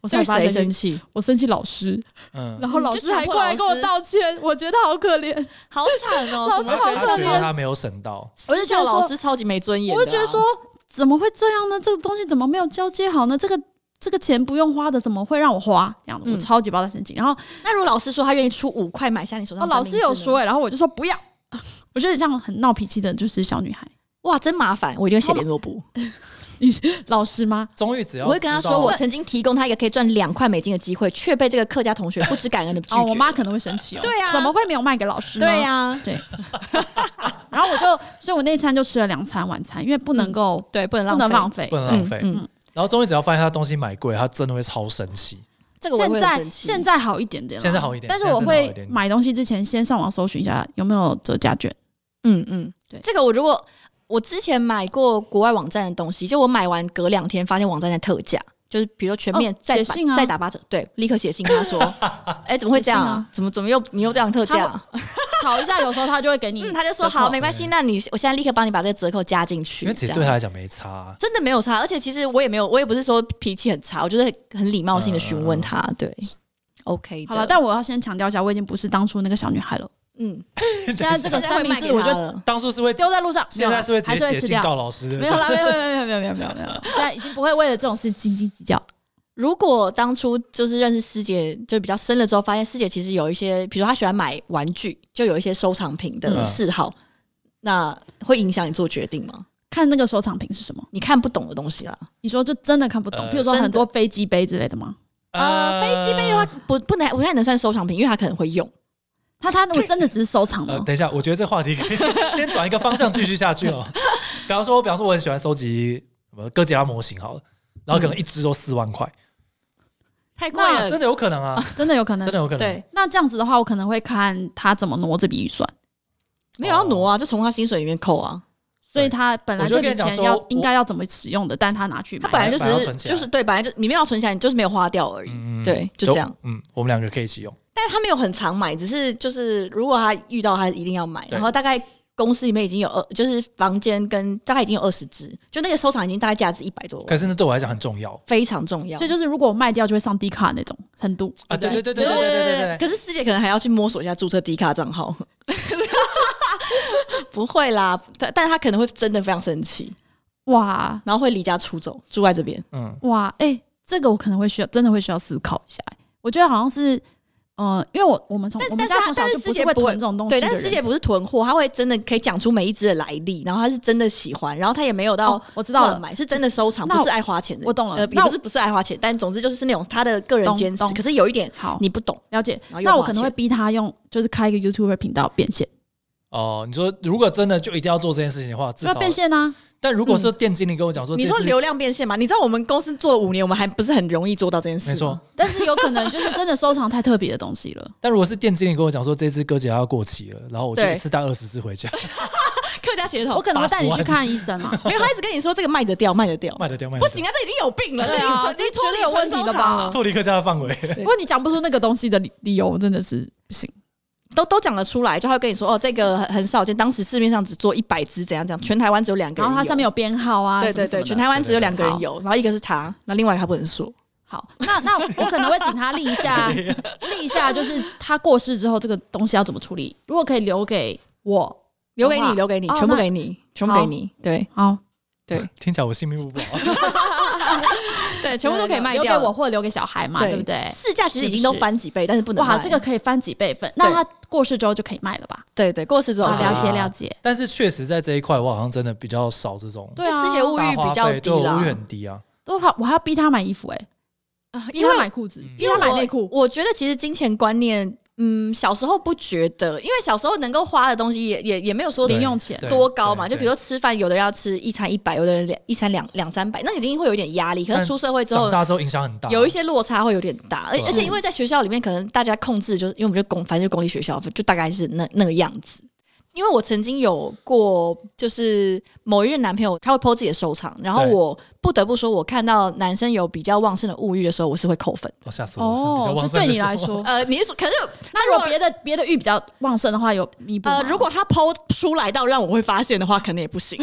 [SPEAKER 3] 我才
[SPEAKER 2] 对
[SPEAKER 3] 发
[SPEAKER 2] 谁
[SPEAKER 3] 现
[SPEAKER 2] 生，气？
[SPEAKER 3] 我生气老师，
[SPEAKER 1] 嗯，
[SPEAKER 3] 然后老师还过来跟我道歉，我觉得好可怜。
[SPEAKER 2] 好惨哦！
[SPEAKER 3] 老师
[SPEAKER 1] 他
[SPEAKER 2] 什么
[SPEAKER 3] 好
[SPEAKER 2] 学
[SPEAKER 3] 可
[SPEAKER 1] 觉
[SPEAKER 2] 生
[SPEAKER 1] 得
[SPEAKER 3] 怜
[SPEAKER 1] 他没有省到，
[SPEAKER 3] 我就觉得说
[SPEAKER 2] 老师超级没尊严的啊。
[SPEAKER 3] 我就觉得说，怎么会这样呢？这个东西怎么没有交接好呢？这个这个钱不用花的，怎么会让我花？这样子，我
[SPEAKER 2] 嗯
[SPEAKER 3] 超级爆炸生气。然后
[SPEAKER 2] 那如果老师说他愿意出五块买下你手上
[SPEAKER 3] 哦，
[SPEAKER 2] 的三
[SPEAKER 3] 老
[SPEAKER 2] 明治
[SPEAKER 3] 师
[SPEAKER 2] 呢，
[SPEAKER 3] 有说、欸，然后我就说不要。 (laughs) 我觉得这样很闹脾气的，就是小女孩。
[SPEAKER 2] 哇，真麻烦，我一定会写联络簿，
[SPEAKER 3] 老师吗？
[SPEAKER 1] 终于只要
[SPEAKER 2] 我会跟他
[SPEAKER 1] 知
[SPEAKER 2] 说
[SPEAKER 1] 道
[SPEAKER 2] 我曾经提供他一个可以赚两块美金的机会，却被这个客家同学不知感恩的拒绝。 (laughs)
[SPEAKER 3] 哦，我妈可能会生气哦。
[SPEAKER 2] 对啊
[SPEAKER 3] 怎么会没有卖给老师呢？
[SPEAKER 2] 对呀、
[SPEAKER 3] 对。 (laughs) 然后我就，所以我那一餐就吃了两餐晚餐，因为不能够、
[SPEAKER 2] 对，不能嗯
[SPEAKER 3] 不
[SPEAKER 2] 浪
[SPEAKER 3] 能
[SPEAKER 2] 费
[SPEAKER 3] 浪费
[SPEAKER 1] 不。能浪费。
[SPEAKER 2] 嗯嗯
[SPEAKER 1] 然后终于只要发现他东西买贵，他真的会超生气。
[SPEAKER 2] 这个我也
[SPEAKER 3] 现
[SPEAKER 2] 会很
[SPEAKER 3] 在
[SPEAKER 2] 生气。
[SPEAKER 3] 现在好一点点了，
[SPEAKER 1] 现在好一点
[SPEAKER 3] 但是
[SPEAKER 1] 现在
[SPEAKER 3] 我
[SPEAKER 1] 真的好一
[SPEAKER 3] 会
[SPEAKER 1] 点
[SPEAKER 3] 买东西之前先上网搜寻一下有没有折
[SPEAKER 2] (laughs)
[SPEAKER 3] 价券。
[SPEAKER 2] 嗯嗯，
[SPEAKER 3] 对
[SPEAKER 2] 这个我如果我之前买过国外网站的东西，就我买完隔两天发现网站在特价，就是比如说全面
[SPEAKER 3] 哦
[SPEAKER 2] 再
[SPEAKER 3] 写
[SPEAKER 2] 打、
[SPEAKER 3] 信啊
[SPEAKER 2] 再打八折，对，立刻写信跟他 (laughs) 说，哎、怎么会这样
[SPEAKER 3] 写信
[SPEAKER 2] 啊
[SPEAKER 3] 啊？
[SPEAKER 2] 怎么怎么又你又这样特价、啊？
[SPEAKER 3] 吵一下，有时候他就会给你折扣，
[SPEAKER 2] 嗯，他就说好，没关系，那你我现在立刻帮你把这个折扣加进去。
[SPEAKER 1] 因为其实
[SPEAKER 2] 这
[SPEAKER 1] 对
[SPEAKER 2] 样
[SPEAKER 1] 他来讲没差啊、
[SPEAKER 2] 真的没有差，而且其实我也没有，我也不是说脾气很差，我就是很礼貌性的询问他，
[SPEAKER 1] 嗯
[SPEAKER 2] 对，OK 的。
[SPEAKER 3] 好了。但我要先强调一下，我已经不是当初那个小女
[SPEAKER 1] (laughs)
[SPEAKER 3] 孩了。
[SPEAKER 2] 嗯，
[SPEAKER 3] 现在这个三明治，
[SPEAKER 2] 我
[SPEAKER 3] 我就
[SPEAKER 2] 就
[SPEAKER 1] 当初是会，
[SPEAKER 3] 丢在路上，
[SPEAKER 1] 现在是会直
[SPEAKER 3] 还是
[SPEAKER 1] 接
[SPEAKER 3] 会
[SPEAKER 1] 写
[SPEAKER 3] 吃
[SPEAKER 1] 信
[SPEAKER 3] 掉。
[SPEAKER 1] 告老师的。
[SPEAKER 3] 没有啦，没有没有没有没有没有没有没
[SPEAKER 2] (laughs)
[SPEAKER 3] 有，现在已经不会为了这种事斤斤计较。
[SPEAKER 2] 如果当初就是认识师姐就比较深了之后，发现师姐其实有一些，比如说她喜欢买玩具，就有一些收藏品的
[SPEAKER 1] 嗯
[SPEAKER 2] 嗜好，那会影响你做决定吗？
[SPEAKER 3] 看那个收藏品是什么？
[SPEAKER 2] 你看不懂的东西啦，
[SPEAKER 3] 你说这真的看不懂，
[SPEAKER 1] 呃
[SPEAKER 3] 譬如说
[SPEAKER 2] 真的
[SPEAKER 3] 很多飞机杯之类的吗？
[SPEAKER 2] 呃，飞机杯的话不不能不太能算收藏品，因为她可能会用。
[SPEAKER 3] 他他如果真的只是
[SPEAKER 2] (laughs)
[SPEAKER 3] 收藏哦
[SPEAKER 1] 呃，
[SPEAKER 3] 吗？
[SPEAKER 1] 等一下，我觉得这话题可以 (laughs) 先转一个方向继续下去
[SPEAKER 2] (laughs)
[SPEAKER 1] 哦。比方说，比方说，我很喜欢收集什么哥吉拉模型好了，然后可能一只都四万块，
[SPEAKER 2] 太贵
[SPEAKER 1] 那
[SPEAKER 2] 了
[SPEAKER 1] 真，的有可能啊，
[SPEAKER 3] 真的有可
[SPEAKER 1] 真
[SPEAKER 3] 能
[SPEAKER 1] 的。有可能。
[SPEAKER 2] 对，
[SPEAKER 3] 那这样子的话，我可能会看他怎么挪这笔预算，
[SPEAKER 2] 没有要挪啊，就从她薪水里面扣啊。
[SPEAKER 3] 所以他本来这
[SPEAKER 1] 我就跟
[SPEAKER 3] 笔
[SPEAKER 1] 你讲
[SPEAKER 3] 钱
[SPEAKER 1] 说
[SPEAKER 3] 要
[SPEAKER 1] 我
[SPEAKER 3] 应该要怎么使用的，但他拿去
[SPEAKER 2] 他
[SPEAKER 3] 买
[SPEAKER 2] 本来
[SPEAKER 3] 了
[SPEAKER 2] 就只
[SPEAKER 1] 本来要
[SPEAKER 2] 是
[SPEAKER 1] 存起来
[SPEAKER 2] 就是对，本来就你没有存起来，你就是没有花掉而已。
[SPEAKER 1] 嗯
[SPEAKER 2] 对，就这样。。
[SPEAKER 1] 嗯，我们两个可以一起用。
[SPEAKER 2] 但是他没有很常买，只是就是如果他遇到，他一定要买。
[SPEAKER 1] 对
[SPEAKER 2] 然后大概公司里面已经有二，就是房间跟大概已经有二十只，就那个收藏已经大概价值一百多万，
[SPEAKER 1] 可是那对我来讲很重要
[SPEAKER 2] 非常重要
[SPEAKER 3] 所。以就是如果我卖掉，就会上低卡那种程度
[SPEAKER 1] 啊！对对对对对
[SPEAKER 2] 对
[SPEAKER 1] 对对对对，
[SPEAKER 2] 可是师姐可能还要去摸索一下注册低卡账号。 (laughs) 不会啦，但但他可能会真的非常生气，
[SPEAKER 3] 哇
[SPEAKER 2] 然后会离家出走，住在这边。
[SPEAKER 1] 嗯，
[SPEAKER 3] 哇，哎、这个我可能会需要，真的会需要思考一下、哎我觉得好像是，呃，因为我我们从
[SPEAKER 2] 但
[SPEAKER 3] 我们
[SPEAKER 2] 但是
[SPEAKER 3] 家
[SPEAKER 2] 他
[SPEAKER 3] 从小
[SPEAKER 2] 但是
[SPEAKER 3] 就不
[SPEAKER 2] 师
[SPEAKER 3] 是
[SPEAKER 2] 姐
[SPEAKER 3] 会
[SPEAKER 2] 不会
[SPEAKER 3] 囤这种东西
[SPEAKER 2] 对，
[SPEAKER 3] 的
[SPEAKER 2] 但
[SPEAKER 3] 人。
[SPEAKER 2] 师姐不哦是囤货，他会真的可以讲出每一只的来历，然后他是真的喜欢，然后他也没有到
[SPEAKER 3] 哦，我知道
[SPEAKER 2] 乱
[SPEAKER 3] 了，
[SPEAKER 2] 买，是真的收藏，
[SPEAKER 3] 那
[SPEAKER 2] 不
[SPEAKER 3] 我
[SPEAKER 2] 是爱花钱的。
[SPEAKER 3] 我懂了
[SPEAKER 2] 呃，也
[SPEAKER 3] 那
[SPEAKER 2] 不
[SPEAKER 3] 我
[SPEAKER 2] 是不是爱花钱，但总之就是是那种他的个人
[SPEAKER 3] 懂
[SPEAKER 2] 坚持，
[SPEAKER 3] 懂
[SPEAKER 2] 可是有一点
[SPEAKER 3] 好，
[SPEAKER 2] 你不懂，
[SPEAKER 3] 了解。
[SPEAKER 2] 然后又
[SPEAKER 3] 那我
[SPEAKER 2] 花
[SPEAKER 3] 可
[SPEAKER 2] 钱
[SPEAKER 3] 能会逼他用，就是开一个 YouTuber 频道变现，
[SPEAKER 1] 哦，你说如果真的就一定要做这件事情的话，至
[SPEAKER 3] 要
[SPEAKER 1] 少
[SPEAKER 3] 变现啊，
[SPEAKER 1] 但如果是店经理跟我讲说，
[SPEAKER 2] 嗯你
[SPEAKER 1] 这
[SPEAKER 2] 说
[SPEAKER 1] 是
[SPEAKER 2] 流量变现吗？你知道我们公司做了五年，我们还不是很容易做到这件事。
[SPEAKER 1] 没错，，
[SPEAKER 3] 但是有可能就是真的收藏太特别的东西了。
[SPEAKER 1] 但如果是店经理跟我讲说这只哥姐要过期了，然后我就
[SPEAKER 2] 对
[SPEAKER 1] 一次带二十只回家 (laughs)
[SPEAKER 2] 客家协
[SPEAKER 3] 我
[SPEAKER 2] 同，
[SPEAKER 3] 可能会带你
[SPEAKER 1] 80
[SPEAKER 3] 去
[SPEAKER 1] 万
[SPEAKER 3] 看医生 (laughs) 啊，
[SPEAKER 2] 没有，他一直跟你说这个卖得掉，卖得掉，
[SPEAKER 1] 卖得掉卖得掉，
[SPEAKER 2] 不行啊，这已经有病了，这
[SPEAKER 3] 对
[SPEAKER 2] 已经
[SPEAKER 3] 啊
[SPEAKER 2] 存，
[SPEAKER 3] 这
[SPEAKER 2] 这脱
[SPEAKER 3] 绝
[SPEAKER 2] 离
[SPEAKER 3] 对有问题
[SPEAKER 2] 存
[SPEAKER 3] 的
[SPEAKER 2] 收藏
[SPEAKER 3] 吧
[SPEAKER 2] 了
[SPEAKER 1] 脱离客家的范围。
[SPEAKER 3] 如果你讲不出那个东西的理理由，真的是不行。
[SPEAKER 2] 都都讲得出来，就他会跟你说哦，这个很很少见，当时市面上只做一百只，怎样怎样，全台湾只有两个
[SPEAKER 3] 然
[SPEAKER 2] 人
[SPEAKER 3] 后它上面有编号啊，
[SPEAKER 2] 对
[SPEAKER 3] 什么
[SPEAKER 2] 对
[SPEAKER 3] 什
[SPEAKER 2] 对，
[SPEAKER 3] 么的
[SPEAKER 2] 全台湾只有两个人
[SPEAKER 3] 好
[SPEAKER 2] 有，然后一个是他，那另外一个他不能说。
[SPEAKER 3] 好，那那我可能会请他立一 (laughs) 下，立一下，就是他过世之后这个东西要怎么处理。如果可以留给我，
[SPEAKER 2] 留给你，
[SPEAKER 3] 哇
[SPEAKER 2] 留给你，
[SPEAKER 3] 哦
[SPEAKER 2] 全部
[SPEAKER 3] 那
[SPEAKER 2] 给你，全部给你，对
[SPEAKER 3] 好，
[SPEAKER 1] (laughs) 听起来我性命不保。
[SPEAKER 2] (laughs)
[SPEAKER 1] 啊
[SPEAKER 2] 对，全部都可以卖
[SPEAKER 3] 留
[SPEAKER 2] 掉
[SPEAKER 3] 给我
[SPEAKER 2] 了。
[SPEAKER 3] 或者留给小孩嘛，
[SPEAKER 2] 对
[SPEAKER 3] 对不对？
[SPEAKER 2] 市价其实已经都翻几倍，但是不能
[SPEAKER 3] 哇，
[SPEAKER 2] 卖。
[SPEAKER 3] 这个可以翻几倍份，那他过世之后就可以卖了吧？
[SPEAKER 2] 对对，过世之后
[SPEAKER 3] 啊，
[SPEAKER 1] 对
[SPEAKER 3] 了解
[SPEAKER 1] 啊
[SPEAKER 3] 了解，
[SPEAKER 1] 但是确实在这一块，我好像真的比较少这种
[SPEAKER 3] 对啊，
[SPEAKER 2] 师姐物
[SPEAKER 1] 大
[SPEAKER 2] 欲
[SPEAKER 1] 花
[SPEAKER 2] 比较
[SPEAKER 1] 费，
[SPEAKER 2] 低
[SPEAKER 1] 对我
[SPEAKER 2] 啦
[SPEAKER 1] 物欲，很低啊。
[SPEAKER 3] 都好，我还要逼他买衣服哎，
[SPEAKER 2] 啊
[SPEAKER 3] 逼
[SPEAKER 2] 因
[SPEAKER 3] 他
[SPEAKER 2] 为
[SPEAKER 3] 买裤子，
[SPEAKER 1] 嗯
[SPEAKER 3] 逼他买内裤，
[SPEAKER 2] 我觉得其实金钱观念，嗯，小时候不觉得，因为小时候能够花的东西也也也没有说
[SPEAKER 3] 零用钱
[SPEAKER 1] 对
[SPEAKER 2] 多高嘛，
[SPEAKER 1] 对
[SPEAKER 2] 就比如说吃饭，有的人要吃一餐一百，有的人两一餐两两三百，那已经会有点压力。可
[SPEAKER 1] 但
[SPEAKER 2] 是出社会之
[SPEAKER 1] 长
[SPEAKER 2] 后，
[SPEAKER 1] 大之后影响很大，啊
[SPEAKER 2] 有一些落差会有点大，而
[SPEAKER 1] 对啊
[SPEAKER 2] 而且因为在学校里面，可能大家控制就是因为我们就公，反正就公立学校，就大概是那那个样子。因为我曾经有过，就是某一任男朋友，他会 PO 自己的收藏，然后
[SPEAKER 1] 对
[SPEAKER 2] 我不得不说，我看到男生有比较旺盛的物欲的时候，我是会扣分。
[SPEAKER 1] 哦吓死我！像比较
[SPEAKER 3] 哦，
[SPEAKER 1] 旺
[SPEAKER 3] 就
[SPEAKER 1] 盛
[SPEAKER 3] 对
[SPEAKER 1] 的
[SPEAKER 3] 你
[SPEAKER 1] 时候
[SPEAKER 3] 来， (laughs) 说，
[SPEAKER 2] (laughs) 呃，你是说，可是
[SPEAKER 3] 那如果别的别的欲比较旺盛的话，有弥补吗
[SPEAKER 2] 呃，如果他剖出来到让我会发现的话，可能也不 (laughs) 行。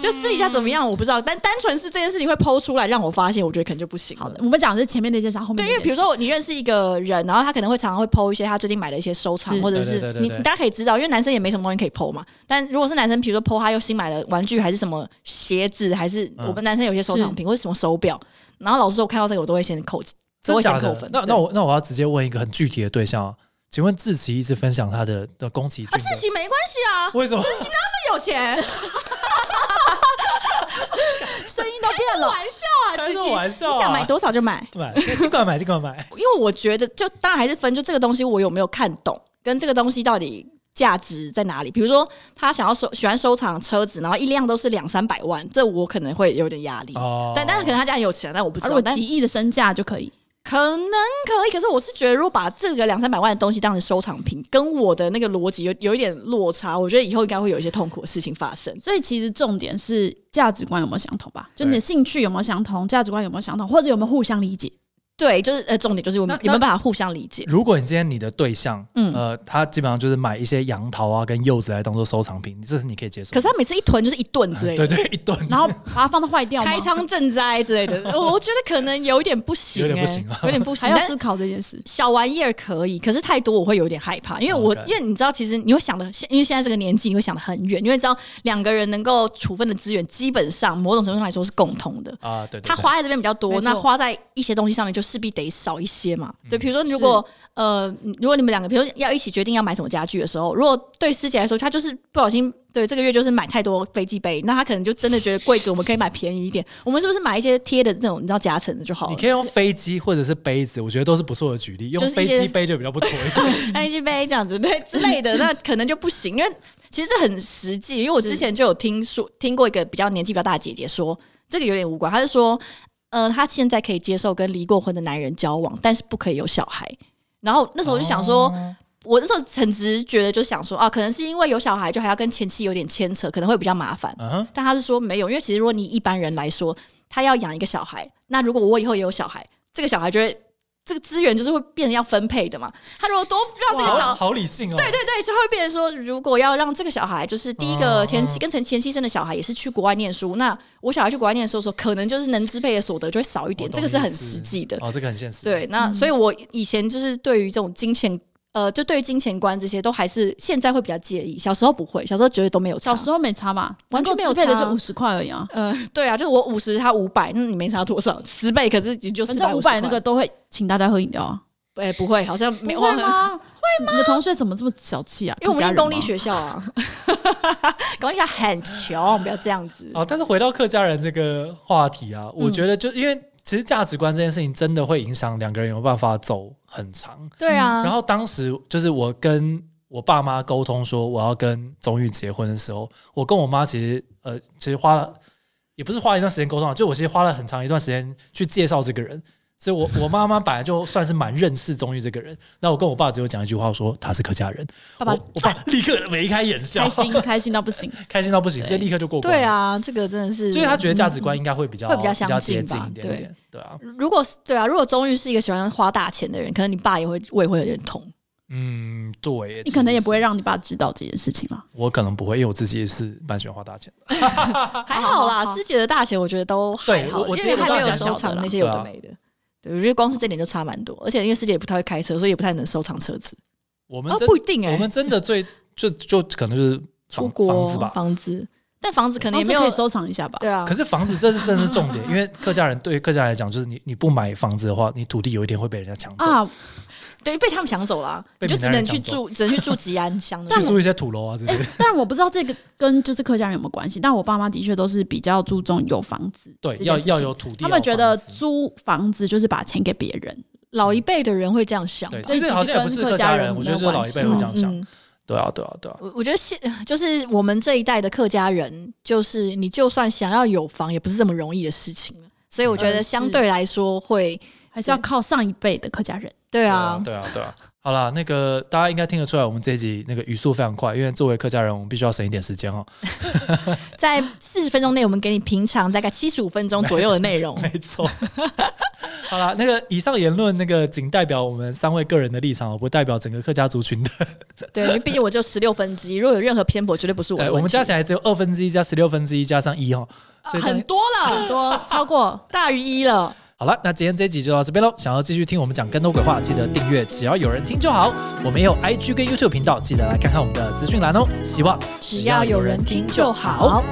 [SPEAKER 2] 就私底下怎么样我不知道，但单纯是这件事情会剖出来让我发现，我觉得可能就不行
[SPEAKER 3] 好
[SPEAKER 2] 了
[SPEAKER 3] 的，。我们讲的是前面那件事，
[SPEAKER 1] 嗯
[SPEAKER 3] 后面
[SPEAKER 2] 对，
[SPEAKER 3] 那
[SPEAKER 2] 因为
[SPEAKER 3] 件
[SPEAKER 2] 比如
[SPEAKER 3] 事
[SPEAKER 2] 说你认识一个人，然后他可能会常常会剖一些他最近买的一些收藏，
[SPEAKER 3] 是
[SPEAKER 2] 或者
[SPEAKER 1] 对对
[SPEAKER 2] 是
[SPEAKER 1] 对对
[SPEAKER 2] 你
[SPEAKER 1] 对
[SPEAKER 2] 大家可以知道，因为男生也没什么东西可以剖嘛。但如果是男生，比如说剖他又新买了玩具，还是什么鞋子，还是
[SPEAKER 1] 嗯
[SPEAKER 2] 我们男生有些收藏品或者什么手表，然后老师说我看到这个我都会先扣，都
[SPEAKER 1] 真
[SPEAKER 2] 会先
[SPEAKER 1] 假
[SPEAKER 2] 扣
[SPEAKER 1] 的
[SPEAKER 2] 分？。
[SPEAKER 1] 那
[SPEAKER 2] 对
[SPEAKER 1] 那我那我要直接问一个很具体的对象啊，请问志奇一直分享他的的宫崎骏
[SPEAKER 2] 啊，
[SPEAKER 1] 的，
[SPEAKER 2] 自习没关系啊，
[SPEAKER 1] 为什么？
[SPEAKER 2] 他有钱，开
[SPEAKER 3] 声音都变了，
[SPEAKER 2] 玩笑啊，
[SPEAKER 1] 开
[SPEAKER 2] 自
[SPEAKER 1] 什
[SPEAKER 2] 习
[SPEAKER 1] 么玩笑啊
[SPEAKER 2] 你想买多少就买。
[SPEAKER 1] 买，尽管买，尽管买。
[SPEAKER 2] 因为我觉得，就当然还是分，就这个东西我有没有看懂，跟这个东西到底价值在哪里。比如说，他想要收喜欢收藏车子，然后一辆都是两三百万，这我可能会有点压力。
[SPEAKER 1] 哦，
[SPEAKER 2] (laughs) 但但是可能他家很有钱，但我不知
[SPEAKER 3] (laughs) 啊如
[SPEAKER 2] 道。
[SPEAKER 3] 果
[SPEAKER 2] 但
[SPEAKER 3] 几亿的身价就可以。
[SPEAKER 2] 可能可以，可是我是觉得，如果把这个两三百万的东西当成收藏品，跟我的那个逻辑有有一点落差，我觉得以后应该会有一些痛苦的事情发生。
[SPEAKER 3] 所以其实重点是价值观有没有相同吧？就
[SPEAKER 1] 对
[SPEAKER 3] 你的兴趣有没有相同，价值观有没有相同，或者有没有互相理解？
[SPEAKER 2] 对，就是呃，重点就是我们
[SPEAKER 1] 那
[SPEAKER 2] 有没有办法互相理解。
[SPEAKER 1] 哦如果你今天你的对象，
[SPEAKER 2] 嗯
[SPEAKER 1] 呃，他基本上就是买一些杨桃啊跟柚子来当做收藏品，这是你可以接受
[SPEAKER 2] 可
[SPEAKER 1] 的。
[SPEAKER 2] 是他每次一囤就是一顿之类的
[SPEAKER 1] 对，对，一顿
[SPEAKER 3] 然后把它放到坏掉 (laughs) 吗
[SPEAKER 2] 开？仓赈灾之类 (laughs) 的，我我觉得可能有一点不行、欸，
[SPEAKER 1] 有点不行啊
[SPEAKER 2] 有点不
[SPEAKER 3] 还
[SPEAKER 2] 行。
[SPEAKER 3] 要
[SPEAKER 2] 但
[SPEAKER 3] 思考这件 (laughs) 事。
[SPEAKER 2] 小玩意儿可以，可是太多我会有点害怕，因为我
[SPEAKER 1] OK
[SPEAKER 2] 因为你知道，其实你会想的，因为现在这个年纪，你会想的很远，因为知道两个人能够处分的资源，基本上某种程度上来说是共同的。
[SPEAKER 1] 啊，对对对，
[SPEAKER 2] 他花在这边比较多
[SPEAKER 3] 没，错
[SPEAKER 2] 那花在一些东西上面就势必得少一些嘛。
[SPEAKER 1] 嗯
[SPEAKER 2] 对，比如说如果呃，如果你们两个，比如说要一起决定要买什么家具的时候，如果对师姐来说，她就是不小心对这个月就是买太多飞机杯，那她可能就真的觉得柜子我们可以买便宜一点，我们是不是买一些贴的那种你知道夹层的就好
[SPEAKER 1] 你
[SPEAKER 2] 了？
[SPEAKER 1] 可以用飞机或者是杯子，我觉得都是不错的举例。
[SPEAKER 2] 就
[SPEAKER 1] 用
[SPEAKER 2] 是一
[SPEAKER 1] 飞
[SPEAKER 2] 些
[SPEAKER 1] 机杯就比较不
[SPEAKER 2] (laughs)
[SPEAKER 1] 妥一点。
[SPEAKER 2] 安心杯这样子对之类的，那可能就不行，因为其实这很实际。因为我
[SPEAKER 3] 是
[SPEAKER 2] 之前就有听说听过一个比较年纪比较大的姐姐说，这个有点无关，她是说，呃，她现在可以接受跟离过婚的男人交往，但是不可以有小孩。然后那时候我就
[SPEAKER 1] (laughs)
[SPEAKER 2] 想说，
[SPEAKER 1] 哦
[SPEAKER 2] 我那时候很直觉的就想说，啊，可能是因为有小孩就还要跟前妻有点牵扯，可能会比较麻烦。
[SPEAKER 1] 嗯哼，
[SPEAKER 2] 但他是说没有，因为其实如果你一般人来说，他要养一个小孩，那如果我以后也有小孩，这个小孩就会这个资源就是会变成要分配的嘛。他如果多让这个
[SPEAKER 1] 好
[SPEAKER 2] 小
[SPEAKER 1] 好理性哦。对对，
[SPEAKER 2] 对，就会变成说，如果要让这个小孩，就是第一个
[SPEAKER 1] 哦
[SPEAKER 2] 前妻跟前前妻生的小孩也是去国外念书，那我小孩去国外念书的时候，可能就是能支配的所得就会少一点，
[SPEAKER 1] 我
[SPEAKER 2] 这
[SPEAKER 1] 懂
[SPEAKER 2] 个是
[SPEAKER 1] 意
[SPEAKER 2] 很
[SPEAKER 1] 思
[SPEAKER 2] 实际的。
[SPEAKER 1] 哦，这个很现实。
[SPEAKER 2] 对，，那所以我以前就是对于这种金钱，呃，就对于金钱观这些，都还是现在会比较介意，小时候不会，小时候觉得都没有差。
[SPEAKER 3] 小时候没差吧，
[SPEAKER 2] 完全没有
[SPEAKER 3] 能够支配的
[SPEAKER 2] 差
[SPEAKER 3] 就五十块而已啊，
[SPEAKER 2] 呃，对啊，就是我五十，他五百，那你没差多少，十倍，可是你就
[SPEAKER 3] 反
[SPEAKER 2] 四
[SPEAKER 3] 正五百
[SPEAKER 2] 百
[SPEAKER 3] 那个，都会请大家喝饮料啊，
[SPEAKER 2] 哎、不会，好像没有
[SPEAKER 3] 不会吗？会吗？你的同学怎么这么小气啊？
[SPEAKER 2] 因为我们
[SPEAKER 3] 客家
[SPEAKER 2] 念
[SPEAKER 3] 人
[SPEAKER 2] 公立
[SPEAKER 3] 吗，
[SPEAKER 2] 学校啊， (laughs) 公立学校很穷，不要这样子。
[SPEAKER 1] 哦，但是回到客家人这个话题
[SPEAKER 2] 嗯
[SPEAKER 1] 啊，我觉得就因为其实价值观这件事情真的会影响两个人有没有办法走很长。
[SPEAKER 2] 对啊，
[SPEAKER 1] 嗯然后当时就是我跟我爸妈沟通说我要跟钟玉结婚的时候，我跟我妈其实呃，其实花了也不是花了一段时间沟通啊，就我其实花了很长一段时间去介绍这个人。所以我，我妈妈本来就算是蛮认识钟玉这个人。那我跟我爸只有讲一句话，我说他是客家人。
[SPEAKER 2] 爸爸
[SPEAKER 1] 我我爸 (laughs) 立刻眉开眼笑，
[SPEAKER 3] 开心开心到不
[SPEAKER 1] (laughs)
[SPEAKER 3] 行。
[SPEAKER 1] 开心到不行，所以立刻就过关。
[SPEAKER 2] 对，啊，这个真的是，
[SPEAKER 1] 所以他觉得价值观应该会比较
[SPEAKER 2] 嗯会比
[SPEAKER 1] 比
[SPEAKER 2] 较
[SPEAKER 1] 较
[SPEAKER 2] 相
[SPEAKER 1] 接
[SPEAKER 2] 近
[SPEAKER 1] 近
[SPEAKER 2] 吧
[SPEAKER 1] 一点点，对啊，
[SPEAKER 2] 如果是对啊，如果终于是一个喜欢花大钱的人，可能你爸也会，我也会认同。
[SPEAKER 1] 嗯，对，
[SPEAKER 3] 你可能也不会
[SPEAKER 1] 让
[SPEAKER 3] 让你爸知道这件事情啦。
[SPEAKER 1] 我可能不会，因为我自己也是蛮喜欢花大钱的。
[SPEAKER 2] 还好啦，
[SPEAKER 3] 好好
[SPEAKER 2] 师姐的大钱我觉得都还好，
[SPEAKER 1] 对我我
[SPEAKER 2] 因
[SPEAKER 1] 觉
[SPEAKER 2] 为
[SPEAKER 1] 得
[SPEAKER 2] 还没
[SPEAKER 1] 都
[SPEAKER 2] 有
[SPEAKER 1] 还
[SPEAKER 2] 收藏
[SPEAKER 3] 好
[SPEAKER 2] 那些有
[SPEAKER 1] 对啊
[SPEAKER 2] 的没的。对，我觉得光是这点就差蛮多，而且因为师姐也不太会开车，所以也不太能收藏车子。
[SPEAKER 1] 我们
[SPEAKER 2] 啊，
[SPEAKER 1] 真、
[SPEAKER 2] 不一定
[SPEAKER 1] (laughs)
[SPEAKER 2] 哎、
[SPEAKER 1] 我们真的最就就可能就是
[SPEAKER 2] 出
[SPEAKER 1] 房
[SPEAKER 2] 国
[SPEAKER 1] 房子吧。
[SPEAKER 2] 房子，但房子可
[SPEAKER 3] 可
[SPEAKER 2] 能也没有
[SPEAKER 3] 哦可以收藏一
[SPEAKER 1] (laughs)
[SPEAKER 3] 下吧。
[SPEAKER 2] 对啊
[SPEAKER 1] 可。是房子这是真的是重点，因 (laughs) 为客家人对于客家人来讲，就是你你不买房子的话，你土地有一天会被人家抢走，
[SPEAKER 3] 啊，
[SPEAKER 2] 对，被他们抢走了，啊
[SPEAKER 1] 被
[SPEAKER 2] 你就
[SPEAKER 1] 闽
[SPEAKER 2] 只
[SPEAKER 1] 南
[SPEAKER 2] 能
[SPEAKER 1] 人
[SPEAKER 2] 去
[SPEAKER 1] 抢
[SPEAKER 2] 住，只能去住吉安乡的。
[SPEAKER 1] 去住一些土楼啊之
[SPEAKER 3] (laughs)
[SPEAKER 1] 类的。
[SPEAKER 3] 哎但我不知道这个跟就是客家人有没有关系。但我爸妈的确都是比较注重有房子，
[SPEAKER 1] 对，
[SPEAKER 3] 这件
[SPEAKER 1] 要
[SPEAKER 3] 事情
[SPEAKER 1] 要有土地。啊
[SPEAKER 3] 他们
[SPEAKER 1] 要
[SPEAKER 3] 觉
[SPEAKER 1] 有
[SPEAKER 3] 得
[SPEAKER 1] 房子
[SPEAKER 3] 租房子就是把钱给别人。
[SPEAKER 2] 老一辈的人会这样想吧，
[SPEAKER 1] 对，
[SPEAKER 3] 所
[SPEAKER 1] 其
[SPEAKER 3] 以其
[SPEAKER 1] 实
[SPEAKER 3] 实
[SPEAKER 1] 好像也
[SPEAKER 3] 跟
[SPEAKER 1] 不是客
[SPEAKER 3] 客家
[SPEAKER 1] 家
[SPEAKER 3] 人
[SPEAKER 1] 人，我
[SPEAKER 3] 没
[SPEAKER 1] 觉得
[SPEAKER 3] 有
[SPEAKER 1] 就是老
[SPEAKER 3] 关
[SPEAKER 1] 一
[SPEAKER 3] 系
[SPEAKER 1] 辈会这
[SPEAKER 3] 嗯
[SPEAKER 1] 样想。
[SPEAKER 2] 嗯
[SPEAKER 1] 对啊，对啊，对啊。
[SPEAKER 2] 我我觉得现 (sighs) 就是我们这一代的客家人，就是你就算想要有房，也不是这么容易的事情了所以我觉得
[SPEAKER 3] 嗯
[SPEAKER 2] 相对来说会，
[SPEAKER 3] 还是要靠上一辈的客家人。
[SPEAKER 2] 对
[SPEAKER 1] 对
[SPEAKER 2] 啊，
[SPEAKER 1] 对啊，对啊。好啦，那个大家应该听得出来，我们这一集那个语速非常快，因为作为客家人，我们必须要省一点时间哦。
[SPEAKER 2] 在四十分钟内，我们给你平常大概七十五分钟左右的
[SPEAKER 1] (laughs)
[SPEAKER 2] 内容。
[SPEAKER 1] 没错。好啦，那个以上言论那个仅代表我们三位个人的立场哦，不代表整个客家族群的。
[SPEAKER 2] 对，因为毕竟我只有十六分之一，如果有任何偏颇，绝对不是我
[SPEAKER 1] 哎
[SPEAKER 2] 的
[SPEAKER 1] 我
[SPEAKER 2] 问
[SPEAKER 1] 们
[SPEAKER 2] 题。
[SPEAKER 1] 加起来只有二分之一加十六分之一加上一哦。所以这样
[SPEAKER 2] 啊很多了，
[SPEAKER 3] 很多超过
[SPEAKER 2] 大于一了。
[SPEAKER 1] 好了，那今天这一集就到这边喽。想要继续听我们讲更多鬼话，记得订阅，只要有人听就好。我们也有 IG 跟 YouTube 频道，记得来看看我们的资讯栏哦。希望
[SPEAKER 2] 只要有人听就好。